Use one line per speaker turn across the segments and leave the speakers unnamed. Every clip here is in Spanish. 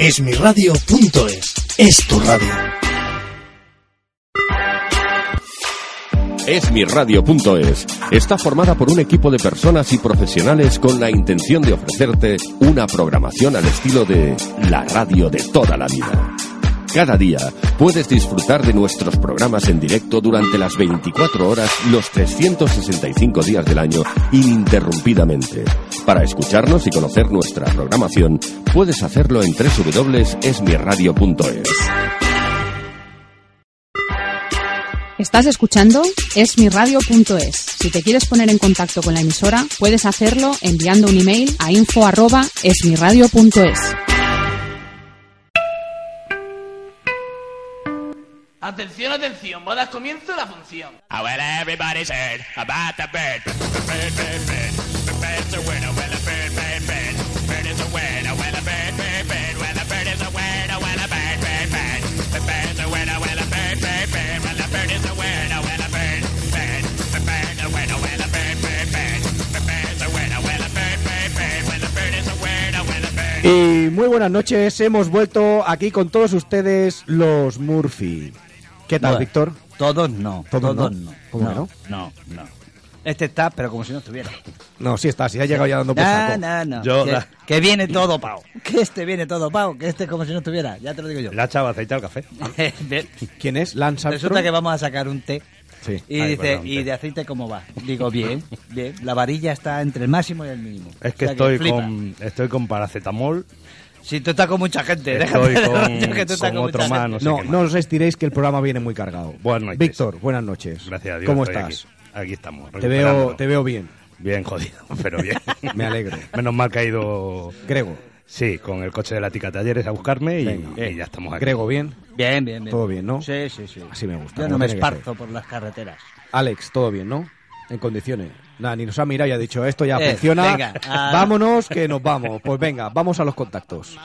Esmiradio.es es tu radio.
Esmirradio.es está formada por un equipo de personas y profesionales con la intención de ofrecerte una programación al estilo de la radio de toda la vida. Cada día puedes disfrutar de nuestros programas en directo durante las 24 horas, los 365 días del año, ininterrumpidamente. Para escucharnos y conocer nuestra programación, puedes hacerlo en www.esmirradio.es.
Estás escuchando esmiradio.es. Si te quieres poner en contacto con la emisora, puedes hacerlo enviando un email a info@esmiradio.es.
Atención, atención, bodas comienzo la función.
Oh, well, everybody's heard about the bird. The bird, bird, bird. The bird's a winner. Well, a bird, bird, bird. Bird is a winner. Well, a bird, bird, bird. Well, a bird is a winner. Well, a bird, bird, bird. The bird's a winner. Well, a bird, bird, bird. Well, a bird is a winner. Well, a bird, bird. The bird's a winner. Well, a bird, bird, bird. The bird's a winner. Well, a bird, bird, bird. Well, a bird is a winner. Well, a bird.
Y muy buenas noches, hemos vuelto aquí con todos ustedes los Murphy. ¿Qué tal,
Bueno,
Víctor?
Todos no,
¿Todos
todos,
no?
no.
¿Cómo
no,
que no?
No, no. Este está, pero como si no estuviera.
No, sí está, sí ha llegado ya dando por
No,
saco.
no, no.
Yo,
que,
la-
que viene todo pao. Que este viene todo pao. Que este es como si no estuviera. Ya te lo digo yo.
Le ha echado aceite al café.
Ve-
¿Quién es? Lance Armstrong.
Resulta que vamos a sacar un té.
Sí.
Y
Ay,
dice,
perdón,
¿y
té.
de aceite cómo va? Digo, bien, bien. La varilla está entre el máximo y el mínimo.
Es que
O sea
estoy
flipa.
con este, estoy con paracetamol.
Si tú estás con mucha gente,
Estoy
déjate de
con-
rollo, que tú estás
con
mucha
otro más,
gente.
no sé
No,
qué
no os estiréis que el programa viene muy cargado.
Buenas noches.
Víctor, buenas noches.
Gracias a Dios.
¿Cómo
estoy
estás?
Aquí, Aquí estamos.
Te
recuperándolo.
veo, te veo bien.
Bien jodido, pero bien.
Me alegro.
Menos mal que ha ido.
Grego.
Sí, con el coche de la Tica Talleres a buscarme y,
Venga.
y ya estamos aquí.
Grego, bien.
Bien, bien, bien.
Todo bien, ¿no?
Sí, sí, sí.
Así me gusta,
Yo
como
no me
tiene que ser.
esparzo por las carreteras.
Alex, todo bien, ¿no? En condiciones. Nada, ni nos ha mirado y ha dicho, esto ya
Eh,
funciona.
venga, a-
Vámonos, que nos vamos. Pues venga, vamos a los contactos.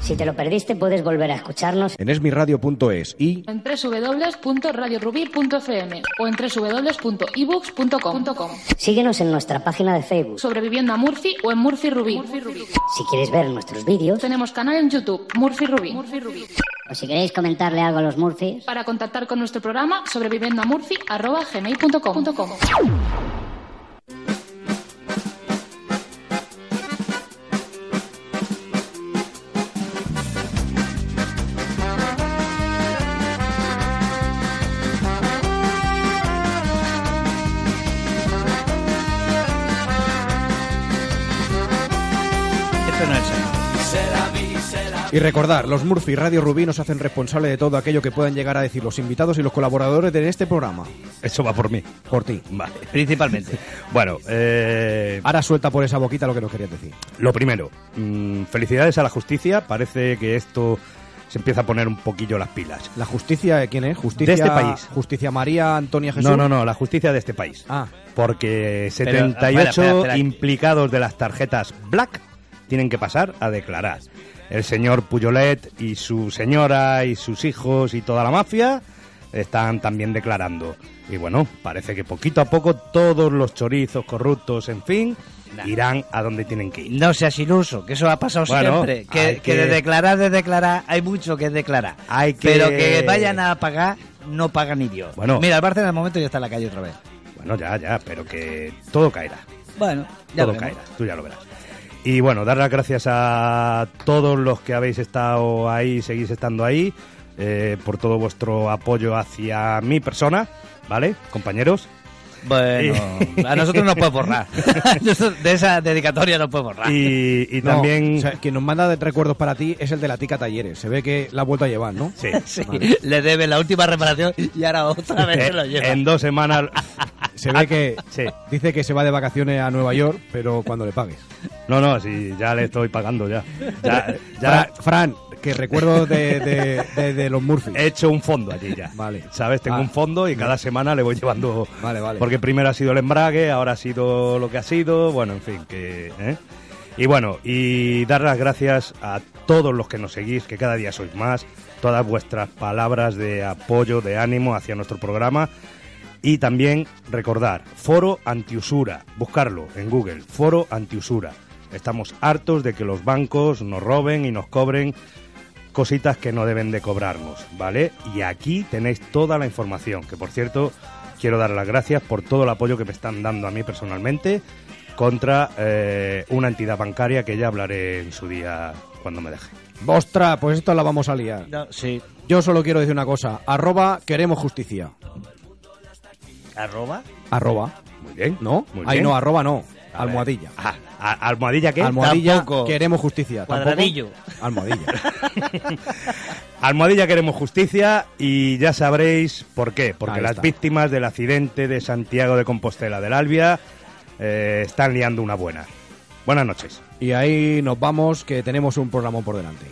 Si te lo perdiste, puedes volver a escucharnos.
En esmiradio.es y
en www.radiorubir.fm o en www.ebooks.com.
Síguenos en nuestra página de Facebook.
Sobreviviendo a Murphy o en Murphy Rubí.
Si quieres ver nuestros vídeos
Tenemos canal en YouTube, Murphy Rubí.
o si queréis comentarle algo a los Murphys,
Para contactar con nuestro programa, sobreviviendo a Murphy, arroba gmail.com.
Esto no es serio.
Y recordar, los Murphy y Radio Rubí nos hacen responsable de todo aquello que puedan llegar a decir los invitados y los colaboradores de este programa.
Eso va por mí.
Por ti.
Vale.
Principalmente.
Bueno, eh,
Ahora suelta por esa boquita lo que nos querías decir.
Lo primero, mm, felicidades a la justicia. Parece que esto se empieza a poner un poquillo las pilas.
¿La justicia de quién es? Justicia,
De este país.
Justicia María Antonia Jesús.
No, no, no, la justicia de este país.
Ah.
Porque
Pero,
78
espera, espera, espera.
implicados de las tarjetas Black tienen que pasar a declarar. El señor Puyolet y su señora y sus hijos y toda la mafia están también declarando. Y bueno, parece que poquito a poco todos los chorizos corruptos, en fin, irán a donde tienen que ir.
No seas iluso, que eso ha pasado
Bueno,
siempre.
hay
Que,
que-
que de declarar, de declarar, hay mucho que declarar.
Hay que-
Pero que vayan a pagar, no paga ni Dios.
Bueno.
Mira, el Barcelona al momento ya está en la calle otra vez.
Bueno, ya, ya, pero que todo caerá.
Bueno, ya
todo
veremos.
caerá, tú ya lo verás. Y bueno, dar las gracias a todos los que habéis estado ahí, seguís estando ahí, eh, por todo vuestro apoyo hacia mi persona, ¿vale? Compañeros.
Bueno, a nosotros nos puedes borrar. Nosotros- de esa dedicatoria nos puedes borrar.
Y,
No,
también-
o sea, quien nos manda de recuerdos para ti es el de la tica Talleres. Se ve que la ha vuelto a llevar, ¿no?
Sí.
Sí,
Vale.
le debe la última reparación y ahora otra vez se lo lleva.
en dos semanas. Ah,
Se ve que dice que se va de vacaciones a Nueva York, pero cuando le pagues.
No, no, sí, ya le estoy pagando ya. Ya, ya
Fra- Fran, que recuerdo de, de- de- de los Murphy.
he hecho un fondo allí ya.
Vale.
¿Sabes? Tengo
Ah.
un fondo y cada semana le voy llevando.
Vale, vale.
Porque primero ha sido el embrague, ahora ha sido lo que ha sido. Bueno, en fin, que. ¿eh? Y bueno, y dar las gracias a todos los que nos seguís, que cada día sois más. Todas vuestras palabras de apoyo, de ánimo hacia nuestro programa. Y también recordar, Foro Antiusura, buscarlo en Google, Foro Antiusura. Estamos hartos de que los bancos nos roben y nos cobren cositas que no deben de cobrarnos, ¿vale? Y aquí tenéis toda la información, que por cierto, quiero dar las gracias por todo el apoyo que me están dando a mí personalmente contra eh, una entidad bancaria que ya hablaré en su día cuando me deje.
Ostras, pues esto la vamos a liar.
sí.
Yo solo quiero decir una cosa. Arroba queremos justicia.
¿Arroba?
Arroba.
Muy bien,
¿No?
Muy
Ahí
bien.
no, arroba no. Almohadilla.
Ah, a- ¿Almohadilla qué?
Almohadilla queremos justicia. ¿Tampoco?
Cuadradillo.
Almohadilla.
Almohadilla queremos justicia y ya sabréis por qué. Porque
Ahí
las
está.
víctimas del accidente de Santiago de Compostela del Albia eh, están liando una buena. Buenas noches.
Y ahí nos vamos, que tenemos un programa por delante.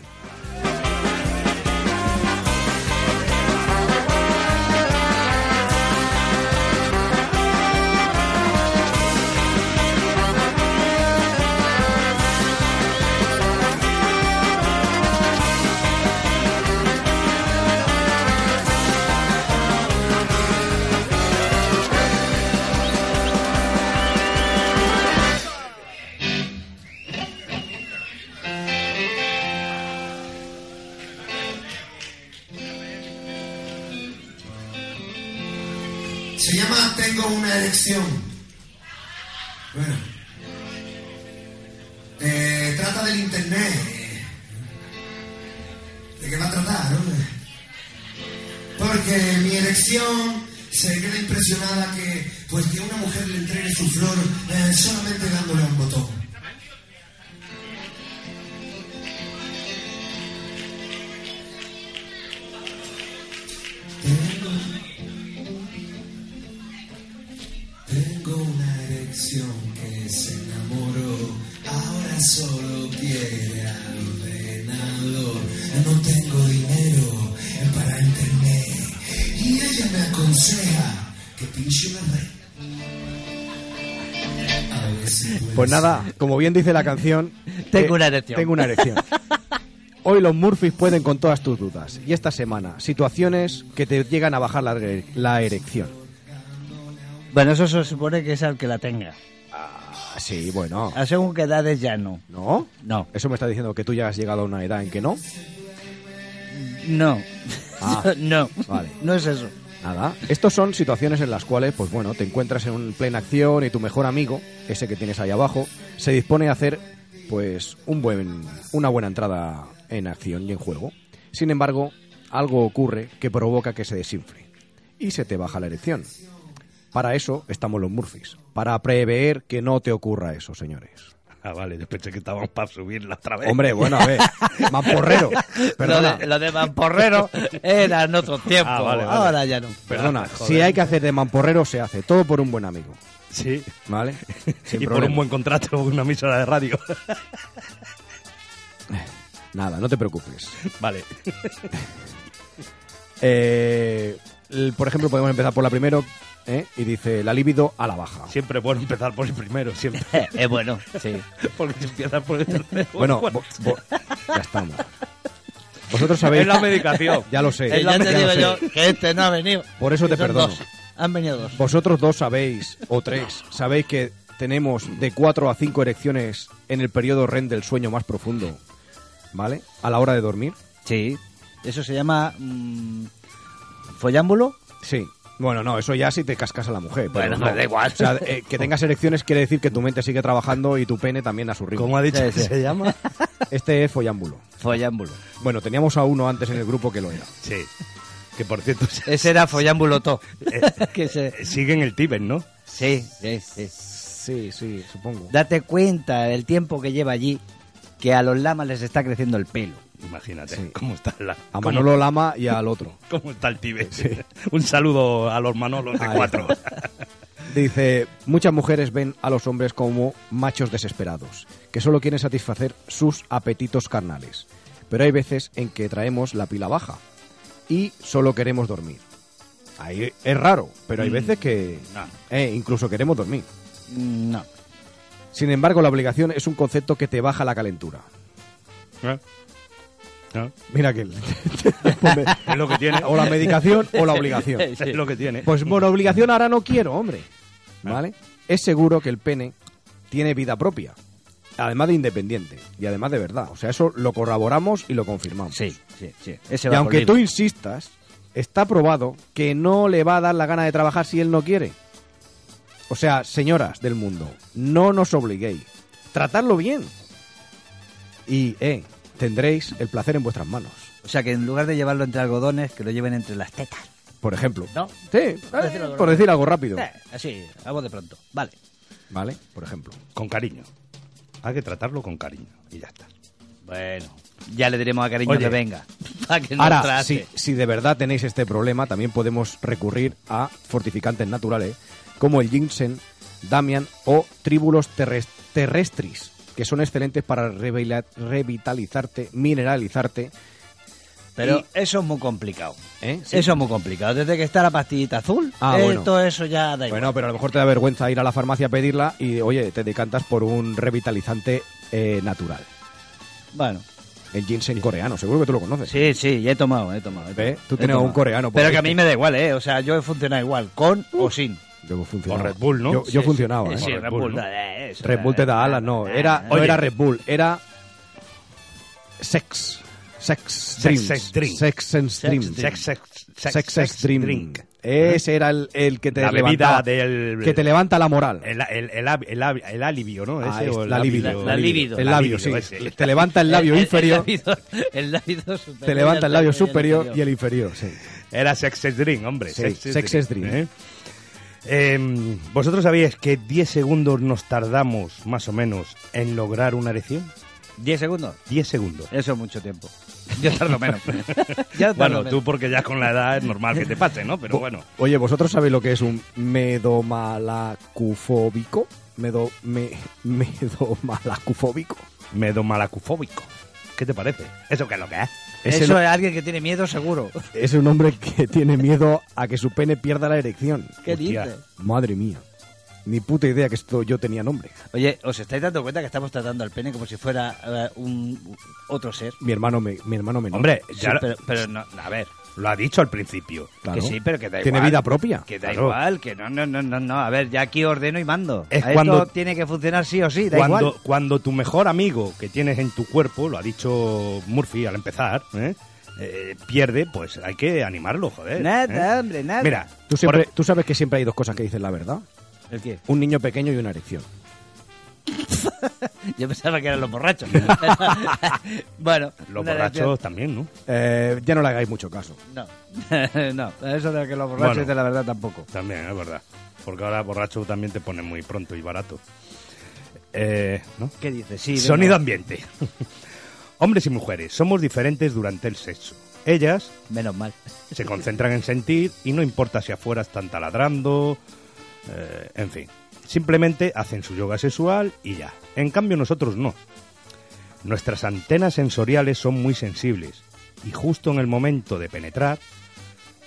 Se llama Tengo una elección. Bueno. Eh, trata del internet. ¿De qué va a tratar, hombre? Porque mi elección se queda impresionada que, pues que una mujer le entregue su flor eh, solamente dándole a un botón. Tengo una erección que se enamoró, ahora solo quiere al ordenador. No tengo dinero para internet y ella me aconseja que pinche una red. A ver si puede
Pues nada,
ser.
como bien dice la canción,
Tengo
eh,
una erección.
Tengo una erección. Hoy los Murphys pueden con todas tus dudas. Y esta semana, situaciones que te llegan a bajar la, ere- la erección.
Bueno, eso se supone que es al que la tenga.
Ah, sí, bueno.
A según qué edades ya no.
¿No?
No.
Eso me está diciendo que tú ya has llegado a una edad en que no.
No.
Ah.
no.
Vale.
No es eso.
Nada. Estos son situaciones en las cuales, pues bueno, te encuentras en un- plena acción y tu mejor amigo, ese que tienes ahí abajo, se dispone a hacer, pues, un buen, una buena entrada en acción y en juego. Sin embargo, algo ocurre que provoca que se desinfle y se te baja la erección. Para eso estamos los Murphys, para prever que no te ocurra eso, señores.
Ah, vale, yo pensé que estábamos para subirla otra vez.
Hombre, bueno, a ver, mamporrero. Perdona.
Lo de, lo de Mamporrero era en otro tiempo.
Ah, vale, vale.
Ahora ya no.
Perdona,
Ah, joder.
si hay que hacer de mamporrero, se hace. Todo por un buen amigo.
Sí.
¿Vale? Sin
y por
problema.
un buen contrato con una emisora de radio.
Nada, no te preocupes.
vale.
Eh, el- por ejemplo, podemos empezar por la primero ¿eh? y dice la libido a la baja.
Siempre es bueno empezar por el primero, siempre.
Eh,
es bueno, sí.
Porque si empiezas por el tercero.
Bueno, vo- vo- ya estamos. Vosotros sabéis.
Es la medicación.
Ya lo sé.
Eh,
Que
ya
ya te
lo
digo
sé.
yo que este no ha venido.
Por eso
Que
te
son
perdono.
dos. Han venido dos.
Vosotros dos sabéis, o tres, sabéis que tenemos de cuatro a cinco erecciones en el periodo REM del sueño más profundo, ¿vale? A la hora de dormir.
Sí. Eso se llama. mm, ¿Follámbulo?
Sí. Bueno, no, eso ya si te cascas a la mujer. pero
Bueno,
no.
me da igual.
O sea, eh, que tengas erecciones quiere decir que tu mente sigue trabajando y tu pene también a su ritmo.
¿Cómo ha dicho que
sí.
se llama?
Este es follámbulo.
Follámbulo.
Bueno, teníamos a uno antes en el grupo que lo era.
Sí. Que por cierto.
Ese era Follámbuloto.
Eh,
Eh.
Sigue en el Tíbet, ¿no?
Sí, sí, sí.
Sí, sí, supongo.
Date cuenta del tiempo que lleva allí, que a los lamas les está creciendo el pelo.
Imagínate cómo está la.
A
cómo-
Manolo Lama y al otro.
¿Cómo está el Tíbet? Un saludo a los Manolos de
Ahí
cuatro.
Dice, muchas mujeres ven a los hombres como machos desesperados, que solo quieren satisfacer sus apetitos carnales. Pero hay veces en que traemos la pila baja y solo queremos dormir. Ahí es raro, pero hay
Mm,
veces que
no.
eh, incluso queremos dormir.
Mm, No.
Sin embargo, la obligación es un concepto que te baja la calentura.
¿Eh? ¿Eh?
Mira que
Es lo que tiene.
O la medicación o la obligación.
Es lo que tiene.
Pues por obligación ahora no quiero, hombre. ¿Vale? Es seguro que el pene tiene vida propia. Además de independiente. Y además de verdad. O sea, eso lo corroboramos y lo confirmamos.
Sí, sí, sí. Ese
Y
va
aunque
por
tú
libre.
insistas, está probado que no le va a dar la gana de trabajar si él no quiere. O sea, señoras del mundo, no nos obliguéis. Tratadlo bien. Y, eh, tendréis el placer en vuestras manos.
O sea, que en lugar de llevarlo entre algodones, que lo lleven entre las tetas.
Por ejemplo.
¿No?
Sí, eh, por decir algo rápido.
Eh, así, a voz de pronto. Vale.
¿Vale? Por ejemplo.
Con cariño. Hay que tratarlo con cariño. Y ya está.
Bueno, ya le diremos a cariño
Oye.
que venga. Para que no
Ahora,
trate.
si, si de verdad tenéis este problema, también podemos recurrir a fortificantes naturales como el ginseng, damian o tríbulos terres- terrestris, que son excelentes para revela- revitalizarte, mineralizarte.
Pero
y-
eso es muy complicado.
¿Eh? Sí.
Eso es muy complicado. Desde que está la pastillita azul,
Ah,
eh,
bueno.
todo eso ya da igual.
Bueno, pero a lo mejor te da vergüenza ir a la farmacia a pedirla y, oye, te decantas por un revitalizante eh, natural.
Bueno.
El ginseng coreano, seguro que tú lo conoces.
Sí, sí, ya he tomado, he tomado. he
¿Ve?
tomado,
Tú
he
tienes
tomado.
un coreano. por
Pero
este.
que a mí
cierto.
me da igual, ¿eh? O sea, yo he funcionado igual, con o sin.
Yo funcionaba.
O Red Bull, ¿no?
Yo, yo
Sí,
funcionaba.
sí,
¿eh?
sí,
Con
Red Bull, eh, eso,
Red Bull te da alas, no. Era, no
Oye.
era Red Bull, era Sex. Sex Dreams.
sex drink.
Sex and
Sex
Dream.
drink. Sex, sex, sex,
Sex,
sex
Dream.
drink.
Ese era el, el que te
La bebida
levantaba.
del-
Que te levanta la moral.
El, el, el, ab- el, ab- el alivio, ¿no?
Ah,
Ese,
es
o el
la
alivio.
libido.
La libido.
El
La
labio, sí.
libido, ese.
Te levanta el labio inferior.
El labio, el labio superior.
Te levanta el labio superior y el inferior, sí.
Era Sex Sex Dream, hombre.
Sí, Sex Sex Dream.
¿eh? Eh, ¿Vosotros sabíais que 10 segundos nos tardamos, más o menos, en lograr una erección?
¿Diez segundos?
10 segundos.
Eso es mucho tiempo. Yo tardo menos. Ya tardo
bueno,
menos.
tú porque ya con la edad es normal que te pase, ¿no? Pero bueno.
Oye, ¿vosotros sabéis lo que es un medomalacufóbico? Medo, me, medomalacufóbico.
Medomalacufóbico. ¿Qué te parece? ¿Eso qué es lo que es?
Ese
Eso
no-
es alguien que tiene miedo seguro.
Es un hombre que tiene miedo a que su pene pierda la erección.
¿Qué
Hostia.
dices?
Madre mía. Ni puta idea que esto yo tenía nombre.
Oye, ¿os estáis dando cuenta que estamos tratando al pene como si fuera eh, un otro ser?
Mi hermano me, mi hermano me
Hombre,
Sí,
ya lo-
pero, pero no, a ver,
lo ha dicho al principio.
Claro.
que sí, pero que da igual.
Tiene vida propia.
Que da
Claro.
igual, que no, no, no, no, no. A ver, ya aquí ordeno y mando.
Es
A
cuando-
Esto tiene que funcionar sí o sí, da
Cuando,
igual.
cuando tu mejor amigo que tienes en tu cuerpo, lo ha dicho Murphy al empezar, ¿eh? Eh, pierde, pues hay que animarlo, joder.
Nada,
¿eh?
hombre, nada.
Mira,
Tú, siempre, tú sabes que siempre hay dos cosas que dicen la verdad.
¿El qué?
Un niño pequeño y una erección.
Yo pensaba que eran los borrachos. bueno,
Los
una
borrachos
elección-
también, ¿no?
Eh, ya no le hagáis mucho caso.
No, no, eso de que los borrachos
Bueno.
de la verdad tampoco.
También, es verdad. Porque ahora borracho también te pone muy pronto y barato. Eh, ¿no?
¿Qué dices? Sí, venga.
Sonido ambiente. Hombres y mujeres, somos diferentes durante el sexo. Ellas
Menos mal.
se concentran en sentir y no importa si afuera están taladrando, eh, en fin. Simplemente hacen su yoga sexual y ya. En cambio nosotros no. Nuestras antenas sensoriales son muy sensibles y justo en el momento de penetrar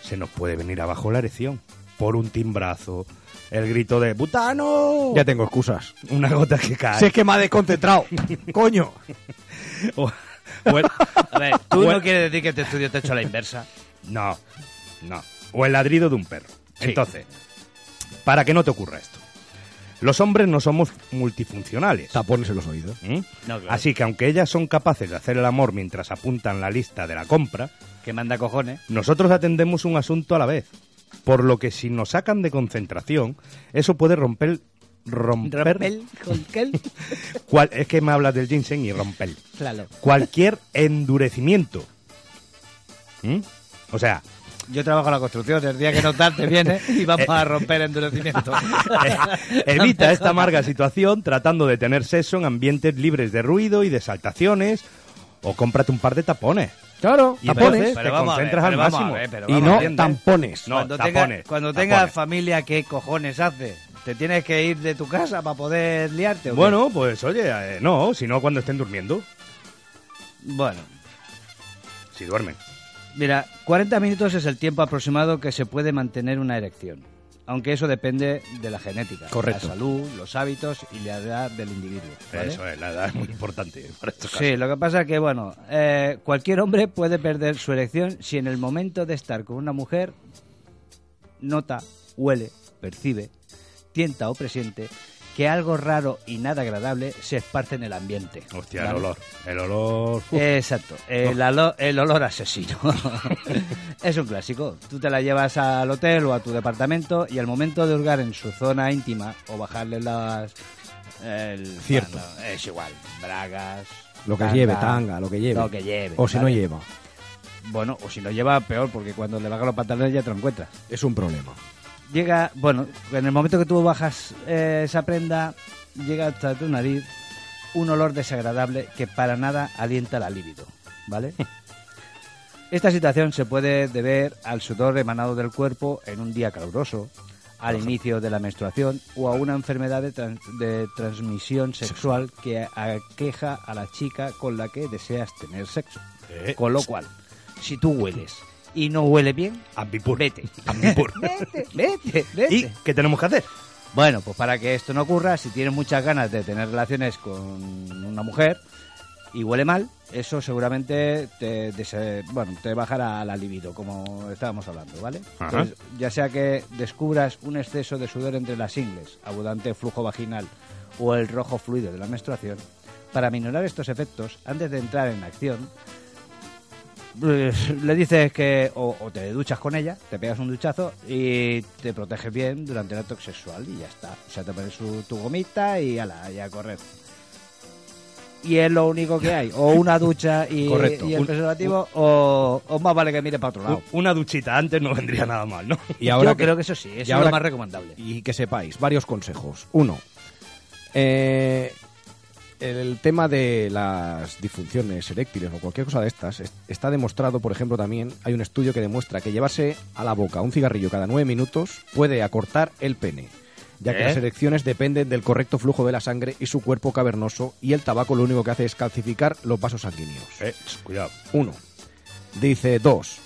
se nos puede venir abajo la erección por un timbrazo, el grito de ¡Butano!
Ya tengo excusas.
Una gota que cae.
Si es que me ha desconcentrado. Coño.
O- o el-
A ver, tú
Bueno.
no quieres decir que este estudio te ha hecho la inversa.
No, no. O el ladrido de un perro.
Sí.
Entonces, para que no te ocurra esto. Los hombres no somos multifuncionales.
Tapones en los oídos.
¿Mm?
No, claro.
Así que aunque ellas son capaces de hacer el amor mientras apuntan la lista de la compra,
Que manda cojones.
nosotros atendemos un asunto a la vez. Por lo que si nos sacan de concentración, eso puede romper... Romper...
Rappel, Holkel,
cual- es que me hablas del ginseng y romper.
claro.
cualquier endurecimiento. ¿Mm? O sea,
Yo trabajo en la construcción, el día que no tarde viene y
Eh.
vamos a romper endurecimiento.
Evita esta amarga situación tratando de tener sexo en ambientes libres de ruido y de saltaciones o cómprate un par de tapones.
Claro,
y
tapones.
entonces
Pero
te
vamos a
concentras
ver,
al
pero vamos a
máximo.
ver, pero
y
vamos
no
a ver.
tampones. No,
cuando
tapones.
tengas cuando
tapones.
tengas familia, ¿qué cojones haces? ¿Te tienes que ir de tu casa para poder liarte? o qué?
Bueno, pues oye, eh, no, sino cuando estén durmiendo.
Bueno.
Si duermen.
Mira, 40 minutos es el tiempo aproximado que se puede mantener una erección. Aunque eso depende de la genética,
Correcto.
la salud, los hábitos y la edad del individuo. ¿vale?
Eso es, la edad es muy importante para estos casos.
Sí, lo que pasa es que, bueno, eh, cualquier hombre puede perder su erección si en el momento de estar con una mujer nota, huele, percibe, tienta o presiente que algo raro y nada agradable se esparce en el ambiente.
Hostia, el
¿vale?
olor. El olor. uf.
Exacto, el, alo- el olor asesino. es un clásico. Tú te la llevas al hotel o a tu departamento y al momento de hurgar en su zona íntima o bajarle las... el-
Cierto.
bueno, es igual, bragas...
Lo que
tanga,
lleve, tanga, lo que lleve.
Lo que lleve.
O si no
¿vale?
lleva.
Bueno, o si lo lleva, peor, porque cuando le bajas los pantalones ya te lo encuentras.
Es un problema.
Llega, bueno, en el momento que tú bajas eh, esa prenda, llega hasta tu nariz un olor desagradable que para nada alienta la libido, ¿vale? Esta situación se puede deber al sudor emanado del cuerpo en un día caluroso, al inicio de la menstruación o a una enfermedad de, trans- de transmisión sexual que aqueja a la chica con la que deseas tener sexo.
Eh.
Con lo cual, si tú hueles y no huele bien, vete. vete, vete, vete.
¿Y qué tenemos que hacer?
Bueno, pues para que esto no ocurra, si tienes muchas ganas de tener relaciones con una mujer y huele mal, eso seguramente te, dese- bueno, te bajará la libido, como estábamos hablando, ¿vale?
Ajá.
Entonces, ya sea que descubras un exceso de sudor entre las ingles, abundante flujo vaginal o el rojo fluido de la menstruación, para minorar estos efectos, antes de entrar en acción, pues, le dices que o, o te duchas con ella, te pegas un duchazo y te proteges bien durante el acto sexual y ya está. O sea, te pones su- tu gomita y ala, y a correr. Y es lo único que hay. O una ducha y,
Correcto.
y el
Un-
preservativo, o, o más vale que mire para otro lado.
U- Una duchita antes no vendría nada mal, ¿no?
Y ahora
Yo creo que eso sí, eso
y
es lo más recomendable.
Y que sepáis, varios consejos. Uno, eh, el tema de las disfunciones eréctiles o cualquier cosa de estas es- está demostrado, por ejemplo, también hay un estudio que demuestra que llevarse a la boca un cigarrillo cada nueve minutos puede acortar el pene, ya que
¿Eh?
las erecciones dependen del correcto flujo de la sangre y su cuerpo cavernoso y el tabaco lo único que hace es calcificar los vasos sanguíneos.
Eh, ch, cuidado.
Uno. Dice dos.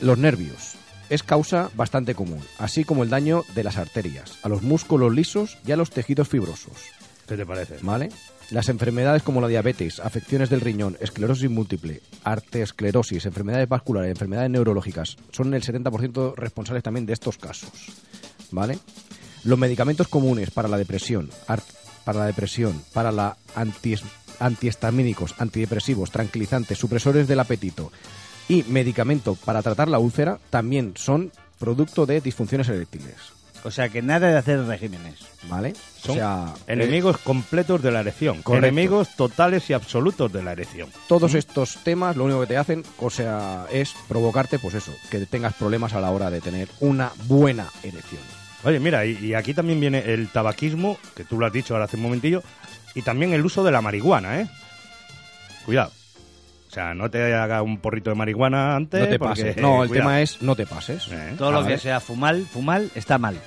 Los nervios. Es causa bastante común, así como el daño de las arterias, a los músculos lisos y a los tejidos fibrosos.
¿Qué te parece?
¿Vale? Las enfermedades como la diabetes, afecciones del riñón, esclerosis múltiple, arteesclerosis, enfermedades vasculares, enfermedades neurológicas, son el 70% responsables también de estos casos. ¿Vale? Los medicamentos comunes para la depresión, art- para la depresión, para la anti antihistamínicos, antidepresivos, tranquilizantes, supresores del apetito y medicamento para tratar la úlcera también son producto de disfunciones eréctiles,
O sea, que nada de hacer regímenes.
¿vale? O
Son
sea, eh,
enemigos completos de la erección.
Correcto.
Enemigos totales y absolutos de la erección.
todos estos temas lo único que te hacen, o sea, es provocarte, pues eso, que tengas problemas a la hora de tener una buena erección.
Oye, mira, y, y aquí también viene el tabaquismo, que tú lo has dicho ahora hace un momentillo, y también el uso de la marihuana, ¿eh? Cuidado. O sea, no te haga un porrito de marihuana antes.
no te
porque-
pases. No, el
cuidado.
tema es no te pases.
¿Eh?
Todo
Ah,
lo
vale.
que sea fumar, fumar, está mal.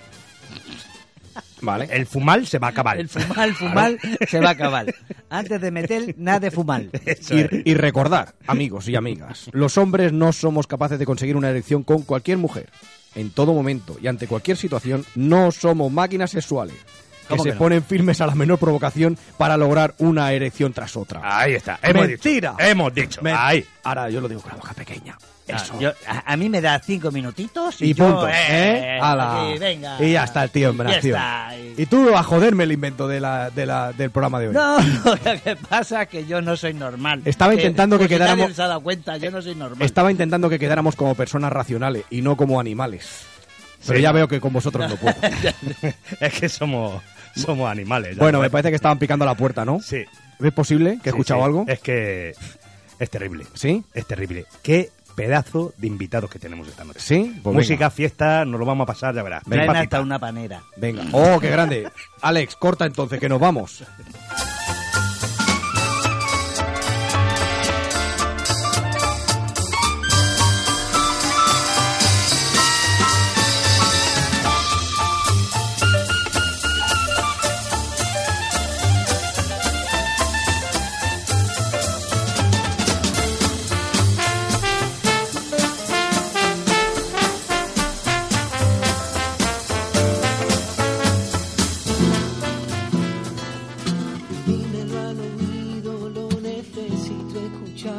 Vale.
El fumar se va a acabar.
El fumar, fumar, se va a acabar. Antes de meter, nada de fumar.
Eso es.
Y, y recordar, amigos y amigas, los hombres no somos capaces de conseguir una erección con cualquier mujer. En todo momento y ante cualquier situación, no somos máquinas sexuales que
¿Cómo
se
que no?
ponen firmes a la menor provocación para lograr una erección tras otra.
Ahí está. Ah, Hemos
Mentira.
Dicho, hemos dicho.
Me-
Ahí.
Ahora yo lo digo con la boca pequeña. Eso.
Ah, yo- a, a mí me da cinco minutitos y,
y
yo,
punto.
eh,
¿eh? Ala.
sí, venga.
Y ya está el tío en
Ya
acción.
está, y-
Y tú a joderme el invento de la, de la- del programa de hoy.
No, lo que pasa es que yo no soy normal. Eh,
Estaba intentando que
por si
quedáramos-
nadie se ha dado cuenta, yo no soy normal.
Estaba intentando que quedáramos como personas racionales y no como animales. Pero
Sí.
ya veo que con vosotros no puedo.
es que somos, somos animales. ya
bueno, me
sabes.
parece que estaban picando a la puerta, ¿no?
Sí.
¿Es posible que he
Sí,
escuchado
sí.
algo?
Es que es terrible.
¿Sí?
Es terrible. ¿Qué pedazo de invitados que tenemos esta noche.
¿Sí? Pues
Música,
venga.
fiesta, nos lo vamos a pasar, ya verás.
Venga.
Ven pa'
hasta una panera.
Venga. Oh, qué grande. Alex, corta entonces, que nos vamos.
Dímelo al oído, lo necesito escuchar.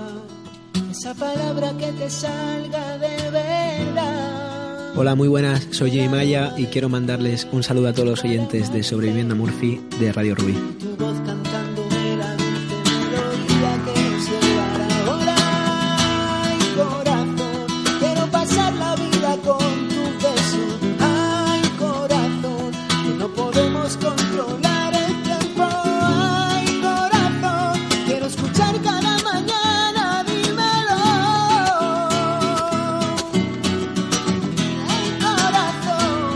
Esa palabra que te salga de verdad.
Hola, muy buenas, soy Jay Maya y quiero mandarles un saludo a todos los oyentes de Sobreviviendo a Murphy de Radio Rubí.
Tu voz cantándome la dulce melodía que se para volar. Ay, corazón, quiero pasar la vida con tu beso. Ay, corazón, que no podemos controlar el tiempo. Ay, corazón, quiero escuchar cada mañana, dímelo. Ay, corazón.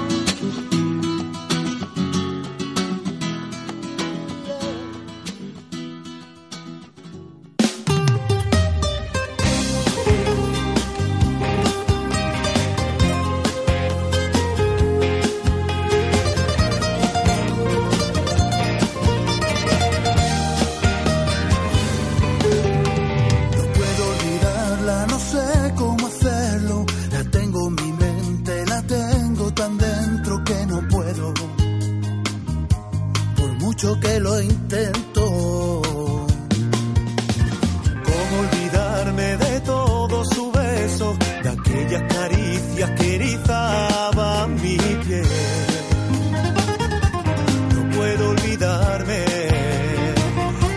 Puedo olvidarla, no sé cómo hacerlo. La tengo en mi mente, la tengo tan dentro que no puedo. Por mucho que lo intento.
¿Cómo olvidarme de todo su beso, de aquellas caricias que erizaban mi piel? No puedo olvidarme.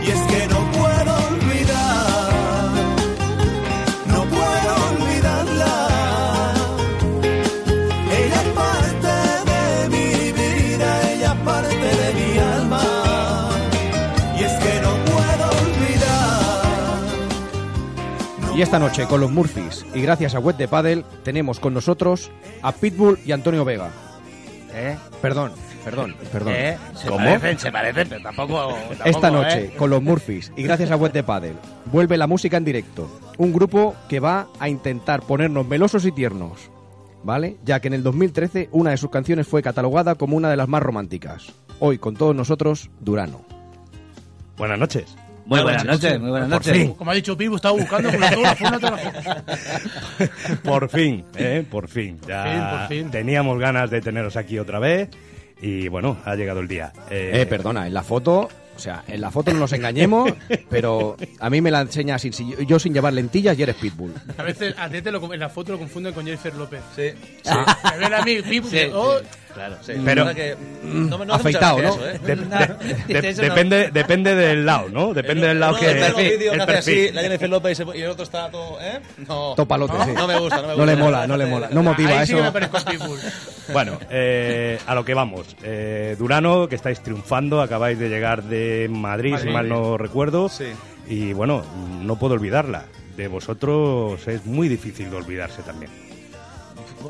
Y es que no puedo olvidar, no puedo olvidarla. Ella es parte de mi vida, ella es parte de mi alma. Y es que no puedo olvidar.
Y esta noche con los Murphys y gracias a Web de Paddle tenemos con nosotros a Pitbull y Antonio Vega.
¿Eh?
Perdón, perdón, perdón.
¿Eh? Se parecen, se parecen, pero tampoco... tampoco,
Esta noche
¿eh?
con los Murphys y gracias a Web de Paddle vuelve la música en directo. Un grupo que va a intentar ponernos melosos y tiernos, ¿vale? Ya que en el 2013 una de sus canciones fue catalogada como una de las más románticas. Hoy con todos nosotros, Durano.
Buenas noches.
Muy buenas noches, muy buenas
Por
noches.
fin.
Como ha dicho Pibu, estaba buscando con la toda la forma de la
Por fin, ¿eh? por fin. Ya
Por fin, por fin.
Teníamos ganas de teneros aquí otra vez y bueno, ha llegado el día.
Eh, perdona, en la foto, o sea, en la foto no nos engañemos, pero a mí me la enseña sin, sin- yo sin llevar lentillas y eres Pitbull.
A veces a ti te lo, en la foto lo confunden con Jennifer López. Sí. Me ven a mí, Pibu.
Sí,
oh.
sí, claro, sí.
Pero
La verdad que, mm, no me- no hace
afeitado,
mucha
¿no?
gracia eso, ¿eh?
De- de- de-
Eso no.
depende, depende del lado, ¿no? Depende del lado
No,
que
el perfil,
el
vídeo que hace
perfil.
así, la Jennifer López y se- y el otro está todo, ¿eh? No.
Topalote,
no,
sí.
No me gusta, no me
No
gusta.
le mola, no le mola, no motiva Ahí sí que eso. me parezco
a Pitbull.
Bueno, eh, a lo que vamos. Eh, Durano, que estáis triunfando, acabáis de llegar de Madrid, si
Madrid.
mal no recuerdo. Y bueno, no puedo olvidarla. De vosotros es muy difícil de olvidarse también.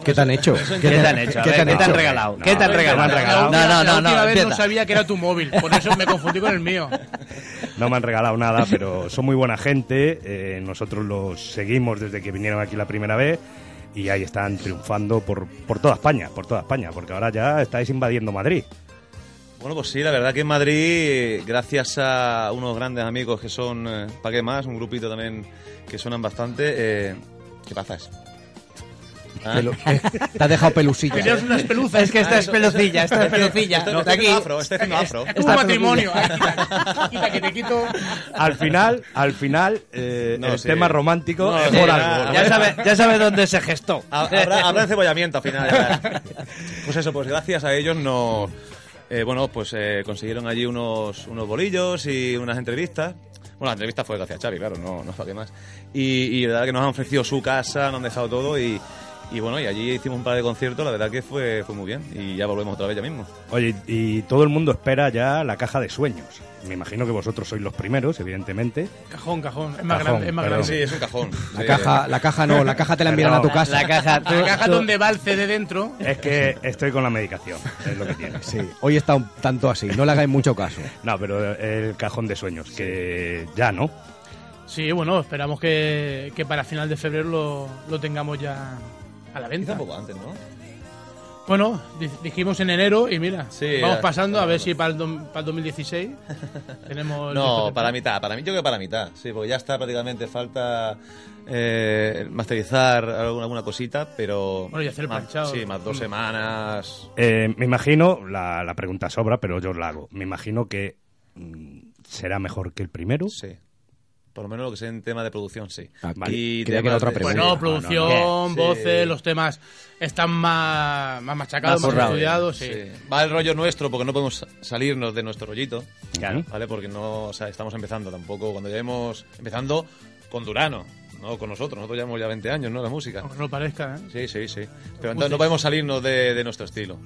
¿Qué te han hecho?
¿Qué
¿Qué te han hecho? A ver, ¿Qué te han regalado? ¿Qué te han regalado? No, no,
La
no,
última
no,
vez no
empieza.
sabía que era tu móvil, por eso ¿eh? me confundí con el mío.
No me han regalado nada, pero son muy buena gente. eh, nosotros los seguimos desde que vinieron aquí la primera vez y ahí están triunfando por, por toda España, por toda España, porque ahora ya estáis invadiendo Madrid.
Bueno, pues sí, la verdad que en Madrid, eh, gracias a unos grandes amigos que son, eh, ¿para qué más? Un grupito también que suenan bastante. eh, ¿Qué pasas? ¿Ah?
Pelu- Te has dejado pelusilla.
Es que esta es pelucilla, esta es pelucilla.
Estoy- estoy haciendo afro, estoy haciendo afro.
Es como matrimonio.
Quita que te quito.
Al final, al final, eh,
No,
el
sí.
tema romántico
No,
es
sí,
Eh,
por
ya-
algo.
ya sabe- ya sabe
dónde se gestó.
Ha- Habrá, habrá encebollamiento al final. ya verás. Pues eso, pues gracias a ellos nos... eh, bueno, pues eh, consiguieron allí unos, unos bolillos y unas entrevistas. Bueno, la entrevista fue gracias a Xavi, claro, no, no para qué más. Y, y la verdad que nos han ofrecido su casa, nos han dejado todo y, Y bueno, y allí hicimos un par de conciertos, la verdad que fue, fue muy bien. Y ya volvemos otra vez ya mismo.
Oye, y todo el mundo espera ya la caja de sueños. Me imagino que vosotros sois los primeros, evidentemente.
Cajón, cajón. Es más
Cajón,
grande. Es más
perdón.
grande.
Sí, es un cajón.
La caja- la caja no, la caja te la envían a tu casa.
La caja,
tú- tú-
donde va el CD dentro.
Es que estoy con la medicación, es lo que tiene.
Sí, hoy está un tanto así, no le hagáis mucho caso.
No, pero el cajón de sueños, que ya no.
Sí, bueno, esperamos que, que para final de febrero lo, lo tengamos ya a la venta.
Quizá un poco antes, ¿no?
Bueno, di- dijimos en enero y mira,
Sí,
vamos
ya,
pasando a ver si para el, dom- para el 2016 tenemos... el disco
No,
terminado.
para la mitad, para mí yo creo que para la mitad, sí, porque ya está prácticamente, falta eh, masterizar alguna, alguna cosita, pero...
Bueno, y hacer el
más-
planchado.
Sí, más dos
Mm.
semanas.
Eh, me imagino, la, la pregunta sobra, pero yo la hago. Me imagino que mm, será mejor que el primero.
Sí. Por lo menos lo que sea en tema de producción, sí.
vale.
temas
Ah, Creía que era otra
de- Ah,
pregunta.
Bueno, producción,
Sí.
voces, los temas están más, más machacados, más, estudiados. Sí.
Va el rollo nuestro, porque no podemos salirnos de nuestro rollito. ¿Vale? Porque no, o sea, estamos empezando tampoco. Cuando llevemos empezando con Durano, no con nosotros. Nosotros llevamos ya 20 años, ¿no? La música.
Aunque no parezca, ¿eh?
Sí, sí, sí. Pero entonces no podemos salirnos de, de nuestro estilo.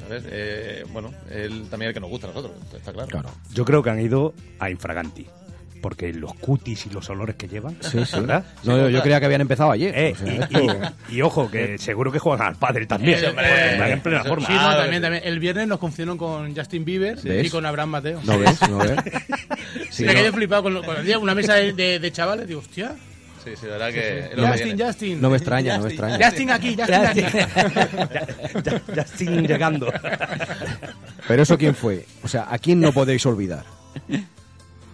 ¿Sabes? Eh, bueno, él también es el que nos gusta a nosotros, está claro.
Yo creo que han ido a Infraganti. Porque los cutis y los olores que llevan.
Sí, sí.
¿verdad?
No, yo, yo creía que habían empezado ayer.
Eh,
o sea,
y-
esto-
y, y ojo, que seguro que juegan al padre también.
Sí, hombre.
porque están en plena
Sí,
forma.
Ah,
no, también, también. El viernes nos confundieron con Justin Bieber
¿Ves?
y con Abraham Mateo.
¿No ves? ¿No ves?
Sí,
Sí,
me
no.
quedé flipado con, lo- con el día, una mesa de, de- de chavales. Digo, hostia.
Sí, sí, la verdad que. es lo que
Justin,
viene.
Justin.
No me extraña, no me
Justin,
extraña.
Justin aquí, Justin aquí.
Justin llegando.
Pero eso quién fue. O sea, ¿a quién no podéis olvidar?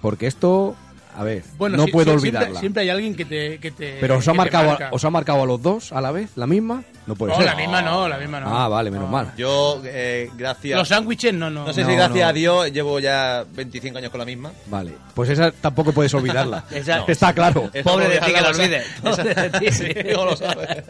Porque esto, a ver, no
sí, sí,
puedo
siempre-
olvidarla.
Siempre, hay alguien que te. que te-
Pero os ha,
que te
marcado,
marca.
a- ¿os ha marcado a los dos a la vez? ¿La misma? No puede
No,
ser.
la misma no, la misma no.
Ah, vale, menos mal.
Yo, eh, gracias.
Los sándwiches no, no.
No sé si
No,
gracias
no.
a Dios llevo ya 25 años con la misma.
Vale. Pues esa tampoco puedes olvidarla.
Esa-
Está claro.
Esa Pobre de ti que la olvide.
Sí,
no lo sabe.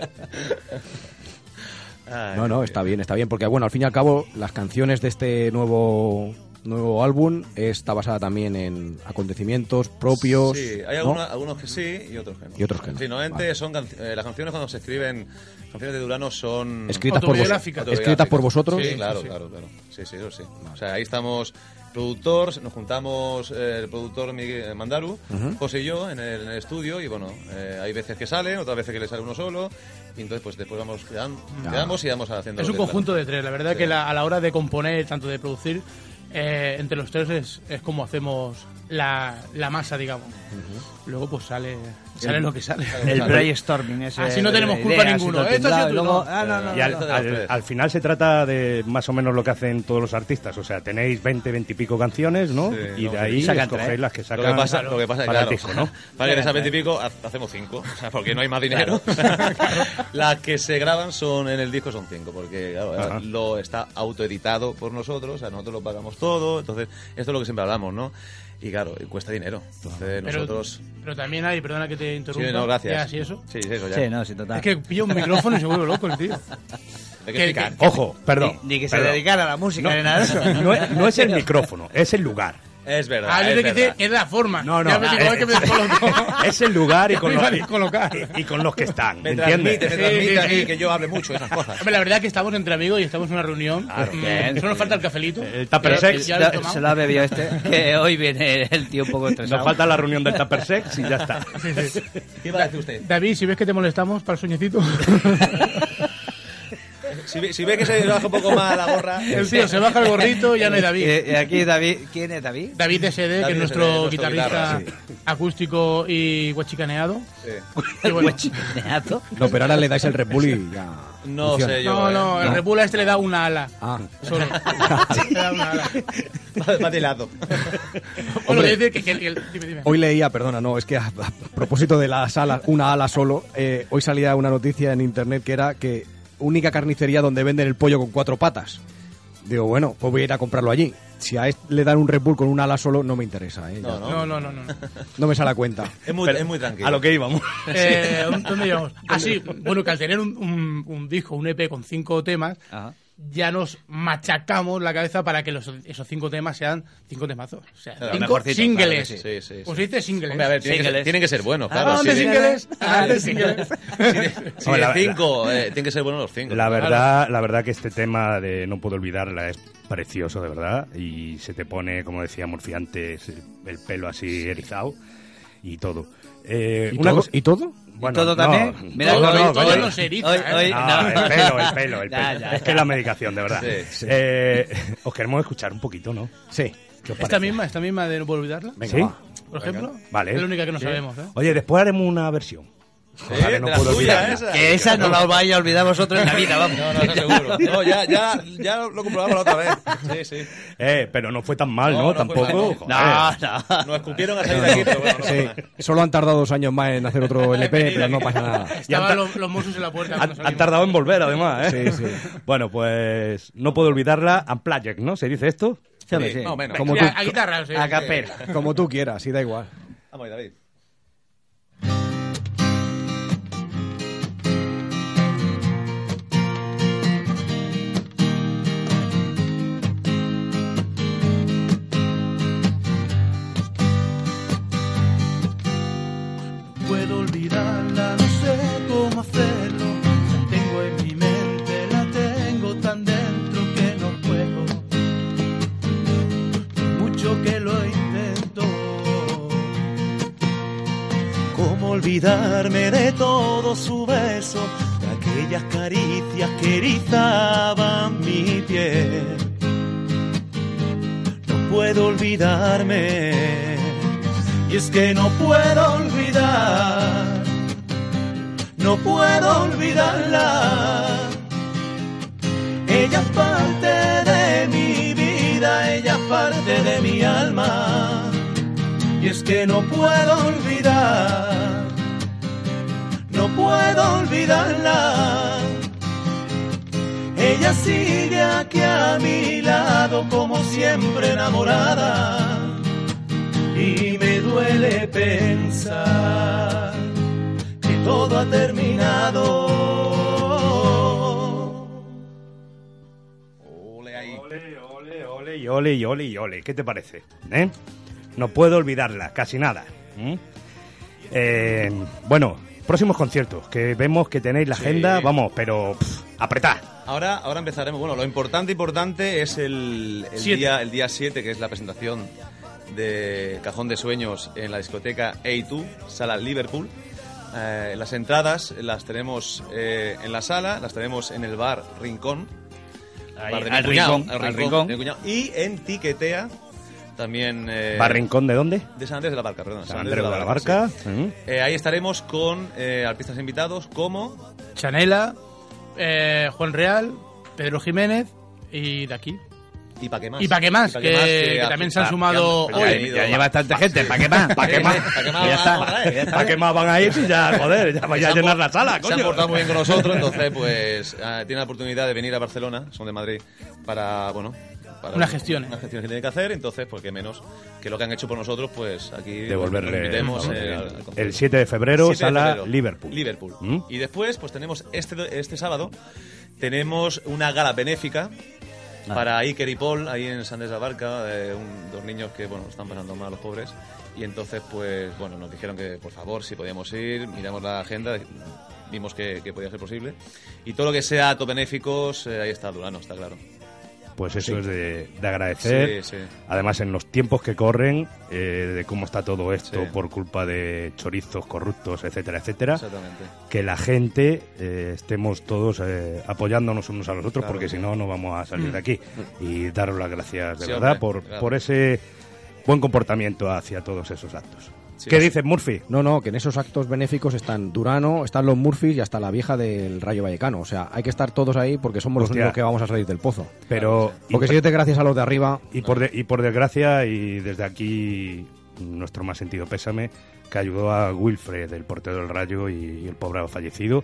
No, no, está bien, está bien, porque bueno, al fin y al cabo, las canciones de este nuevo nuevo álbum está basada también en acontecimientos propios.
Sí, hay
¿no?
alguna- algunos que sí y otros que no.
Y otros que no.
Sí, normalmente son canc- eh, las canciones cuando se escriben, canciones de Durano
Mm.
son...
Escritas por vos- Autobiográficas. escritas por vosotros.
Sí,
Sí,
claro,
sí, sí.
claro, claro. Sí, sí, eso sí. O sea, ahí estamos productor, nos juntamos eh, el productor Miguel Mandaru,
Ujú.
José y yo en el, en el estudio y bueno, eh, hay veces que salen, otras veces que le sale uno solo y entonces pues después vamos, quedan-
Ya.
quedamos y vamos haciendo...
Es
lo
un
que-
conjunto de tres. La verdad
Sí.
que la- a la hora de componer, tanto de producir, eh, entre los tres es, es como hacemos la, la masa, digamos. Luego pues sale, sale
El-
lo que sale.
el brainstorming ese
Así no
de
tenemos culpa
ideas y
ninguno.
todo
Esto ha sido
temblado y
tú,
luego-
no.
ah, no, no,
Y al, al- al final se trata de más o menos lo que hacen todos los artistas. O sea, tenéis 20, 20 y pico canciones, ¿no? y de
no,
ahí
sacan
escogéis
tres.
las que sacan
Lo que pasa, lo que pasa
para
claro,
el disco, ¿no?
Para que de esas 20 y pico, ha- hacemos 5, porque no hay más dinero. las que se graban son en el disco son 5, porque claro,
Ajá.
lo está autoeditado por nosotros, o sea, nosotros lo pagamos todo, entonces esto es lo que siempre hablamos, ¿no? Y claro, y cuesta dinero. Entonces
Pero,
nosotros...
pero también hay, perdona que te interrumpa.
Sí, no, gracias.
Ya, sí, eso.
Sí, sí, eso ya.
Sí, no, sí, total.
Es que pilla un micrófono y se vuelve loco el tío.
Hay
que explicar.
Ojo, perdón.
Ni, ni que se
perdón.
dedicara a la música
No,
ni nada de eso.
no es- no es el micrófono, es el lugar.
Es verdad.
Ah, yo
es
te quise
verdad.
que es la forma.
No, no.
Ya me digo,
es,
es que me descolocó.
es el lugar y
Ya
con,
me
los,
iba a descolocar.
y, y con los que están.
Me
¿Entiendes?
transmite, me transmite a mí que yo hable mucho de esas cosas.
Hombre, la verdad que estamos entre amigos y estamos en una reunión.
Claro,
Mm,
bien,
Solo nos falta el cafelito.
El tupper
Ya-
sex,
ya lo he
ya-
tomado.
Se lo ha bebido este, que hoy viene el tío un poco estresado.
Nos falta la reunión del Tupper Sex y ya está.
¿Qué iba a decir usted?
David, si ves que te molestamos para el sueñecito.
Si, ve- si ve que se baja un poco más la gorra...
El tío se baja el gorrito y ya no hay David.
Eh,
Y, y Eh, aquí David, ¿quién es David?
David SD, que
David
es nuestro,
SD, nuestro
guitarrista
guitarra,
acústico y guachicaneado.
Sí. Guachicaneado.
No, pero ahora le dais el Red Bull y ya.
No
funciona.
sé yo.
No, no, el
No.
Red Bull a este le da una ala.
Ah.
Solo. le da una ala.
Va- va de lado.
Bueno,
Hombre.
dice que, que- que- dime, dime.
Hoy leía, perdona, no, es que a, a propósito de las alas, una ala solo, eh, hoy salía una noticia en internet que era que única carnicería donde venden el pollo con cuatro patas. Digo, bueno, pues voy a ir a comprarlo allí. Si a este le dan un Red Bull con una ala solo, no me interesa, ¿eh?
No, no.
No, no, no, no.
No me sale a cuenta.
Es muy, es muy tranquilo.
A lo que íbamos.
Ah, Eh, ¿Dónde llevamos? Así, bueno, que al tener un, un- un disco, un EP con E cinco temas, ya nos machacamos la cabeza para que los- esos cinco temas sean cinco temazos. O sea,
Los
cinco
mejorcitos,
singles.
claro que sí. Sí, sí, sí.
Pues dice singles.
Hombre, a ver, tienen que ser- Singles. tienen que ser buenos, claro,
Ah,
Adelante,
sí.
singles. Adelante,
Singles.
singles.
Sí,
Hombre, la-
de cinco, eh, tienen que ser buenos los cinco.
La verdad, la verdad que este tema de No puedo olvidarla es precioso, de verdad. Y se te pone, como decía Murphy antes, el, el pelo así erizado y todo. Eh,
¿Y
una
todo?
co-
¿Y todo?
Bueno,
¿Y todo
no,
también? Mira,
todo
hoy-
no,
hoy
coño.
no se eriza, Hoy- ¿eh? hoy-
No,
no.
el pelo, el pelo, el pelo.
Ya, ya,
es que
ya.
es la medicación, de verdad.
Sí, sí.
Eh, os queremos escuchar un poquito, ¿no?
Sí.
¿Qué os
Esta
parece?
misma, esta misma de no puedo olvidarla.
Venga, ¿Sí? va.
Por ejemplo.
Vale.
Es la única que no
Sí.
sabemos, ¿eh?
Oye, después haremos una versión. Ojalá
de la suya,
olvidarla.
esa.
Que esa no la os vaya a olvidar vosotros en la vida, vamos.
No, no, eso seguro.
No, ya, ya, ya lo comprobamos la otra vez. Sí, sí.
Eh, pero no fue tan mal, ¿no?
No, no fue
Tampoco.
mal.
Joder.
No,
no. Nos escupieron a salir de aquí, pero bueno, no pasa
Sí,
nada.
solo han tardado dos años más en hacer otro LP, pero no pasa nada.
Estaban los, los mozos en la puerta.
Han,
cuando
han
salimos.
tardado en volver, además, ¿eh?
Sí,
Bueno, pues no puedo olvidarla. Un Project, ¿no? ¿Se dice esto?
Sí, hombre, sí. Más o menos. Como tú- A- a guitarra, sí. A capela. Como tú quieras, sí, da igual.
Vamos ahí, David.
puedo olvidarla, no sé cómo hacerlo. La tengo en mi mente, la tengo tan dentro que no puedo. Mucho que lo intento.
¿Cómo olvidarme de todo su beso, de aquellas caricias que erizaban mi piel? No puedo olvidarme, y es que no puedo olvidar, no puedo olvidarla. Ella es parte de mi vida, ella es parte de mi alma. Y es que no puedo olvidar, no puedo olvidarla. Ella sigue aquí a mi lado como siempre enamorada. Y me duele pensar que todo ha terminado.
Ole, ole, ole, y ole, y ole, y ole. ¿Qué te parece? ¿Eh? No puedo olvidarla, casi nada. ¿Mm? Eh, bueno, próximos conciertos, que vemos que tenéis la
Sí.
agenda, vamos, pero pff, apretad.
Ahora, ahora empezaremos. Bueno, lo importante, importante es el, el
Siete.
día el día 7, que es la presentación de Cajón de Sueños en la discoteca A2, sala Liverpool. Eh, las entradas las tenemos eh, en la sala, las tenemos en el bar Rincón.
Ahí,
Bar de mi
al
cuñado,
Rincón,
al
al
Rincón,
Rincón.
de mi cuñado. Y en Tiquetea, también... eh,
¿Bar Rincón de dónde?
De San Andrés de la Barca, perdón.
San Andrés de la Barca. ¿Mm?
Eh, ahí estaremos con eh, artistas invitados como...
Chanela, eh, Juan Real, Pedro Jiménez y de aquí.
¿Y para qué más?
Y para qué más, que, que también se han sumado.
hoy.
hoy.
bastante gente, ¿para qué más?
¿Para qué más?
Ya está.
¿Para qué más van a ir si ya, joder, ya vaya a llenar la sala,
Se han
coño?
portado muy bien con nosotros, entonces pues ah, tienen la oportunidad de venir a Barcelona, son de Madrid, para, bueno... pues, Para
Unas gestiones.
Unas gestiones que tienen que hacer, entonces pues que menos que lo que han hecho por nosotros, pues aquí...
Devolverle,
lo invitemos,
por favor, el-
eh, al- al concierto.
el 7 de febrero,
7
sala
febrero.
Liverpool.
Liverpool.
¿Mm?
Y después pues tenemos este, este sábado, tenemos una gala benéfica
Ah.
para Iker y Paul, ahí en San de la Barca, eh, un- dos niños que, bueno, están pasando mal los pobres. Y entonces, pues, bueno, nos dijeron que, por favor, si podíamos ir, miramos la agenda, vimos que, que podía ser posible. Y todo lo que sea actos benéficos, eh, ahí está Durano, está claro.
Pues eso
Sí.
es de, de agradecer.
Sí, sí.
Además, en los tiempos que corren, eh, de cómo está todo esto
Sí.
por culpa de chorizos corruptos, etcétera, etcétera,
Exactamente.
que la gente eh, estemos todos eh, apoyándonos unos a los otros,
Claro. Mm.
porque si no, no vamos a salir de aquí. Y daros las gracias de
Sí,
verdad
hombre,
por,
claro.
por ese buen comportamiento hacia todos esos actos.
Sí,
¿Qué
sí.
dices, Murphy?
No, no, que en esos actos benéficos están Durano, están los Murphys y hasta la vieja del Rayo Vallecano. O sea, hay que estar todos ahí porque somos los
Hostia.
únicos que vamos a salir del pozo.
Pero
Porque si yo te gracias a los de arriba,
Y por, de- y por desgracia, y desde aquí nuestro más sentido pésame, que ayudó a Wilfred, el portero del Rayo, y, y el pobre fallecido.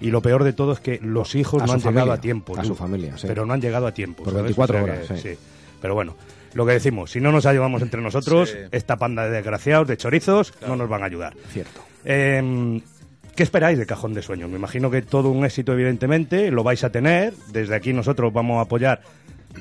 Y lo peor de todo es que los hijos no
A su
han llegado
familia,
a tiempo.
a
tú.
su familia, sí.
Pero no han llegado a tiempo.
Por
¿sabes?
24
O sea
horas,
que-
sí.
Pero bueno, lo que decimos, si no nos ayudamos entre nosotros,
Sí.
esta panda de desgraciados, de chorizos, no nos van a ayudar.
Cierto.
Eh, ¿Qué esperáis de Cajón de Sueños? Me imagino que todo un éxito, evidentemente, lo vais a tener. Desde aquí nosotros vamos a apoyar.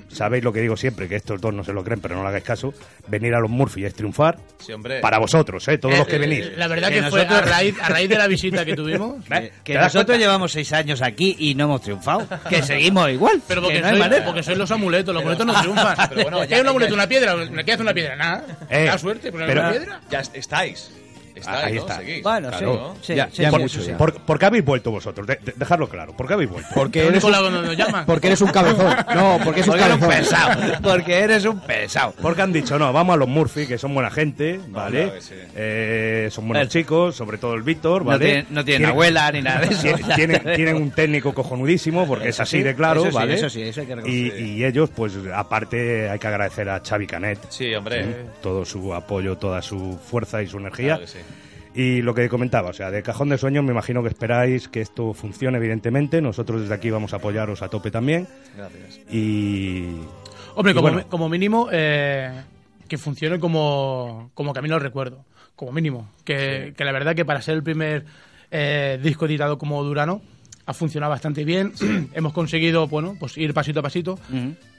Sabéis lo que digo siempre, que estos dos no se lo creen, pero no le hagáis caso. Venir a los Murphy es triunfar.
Sí, hombre.
Para vosotros, ¿eh? Todos
Eh,
los que
eh,
venís.
La verdad
Que
que, fue a
nosotros-
raíz, a raíz de la visita que tuvimos.
Que, que
¿Te das
nosotros llevamos seis años aquí y no hemos triunfado. Que seguimos igual.
Pero porque,
que no hay
soy,
manera.
porque soy los amuletos, los amuletos no triunfan.
Pero bueno,
¿Qué
ya-
hay un amuleto,
ya-
una piedra, ¿Una- ¿qué hace una piedra? Nada.
Eh,
da suerte, pero,
pero-
una piedra.
Ya est- estáis. Estáis,
Ahí
¿no?
está.
Seguís.
Claro.
Claro.
Ya- ya por- por- ¿Por qué habéis vuelto vosotros? De- de- dejadlo claro. ¿Por qué habéis vuelto?
Porque eres un- porque eres un cabezón. No, porque es un
Porque eres un
cabezón.
pesado. Porque eres un pesado. Porque han dicho, no, vamos a los Murphy, que son buena gente, ¿vale?
claro que sí.
Eh, son buenos
El-
chicos, sobre todo el Víctor,
No
¿vale?
tienen- no tienen abuela ni nada de eso.
Tienen, tienen- tienen un técnico cojonudísimo, porque es
Eso
así
sí,
de claro,
eso sí,
¿vale?
eso sí, eso hay que
y,
reconocer.
y ellos, pues aparte, hay que agradecer a Xavi Canet.
Sí, hombre.
¿eh? Todo su apoyo, toda su fuerza y su energía.
Claro que sí.
Y lo que comentaba, o sea, de cajón de sueños me imagino que esperáis que esto funcione, evidentemente. Nosotros desde aquí vamos a apoyaros a tope también.
Gracias.
Y.
Hombre,
y
como,
bueno,
mi- como mínimo, eh, que funcione como, como Camino al Recuerdo. Como mínimo. Que, que la verdad que para ser el primer eh, disco editado como Durano, ha funcionado bastante bien. Hemos conseguido, bueno, pues ir pasito a pasito.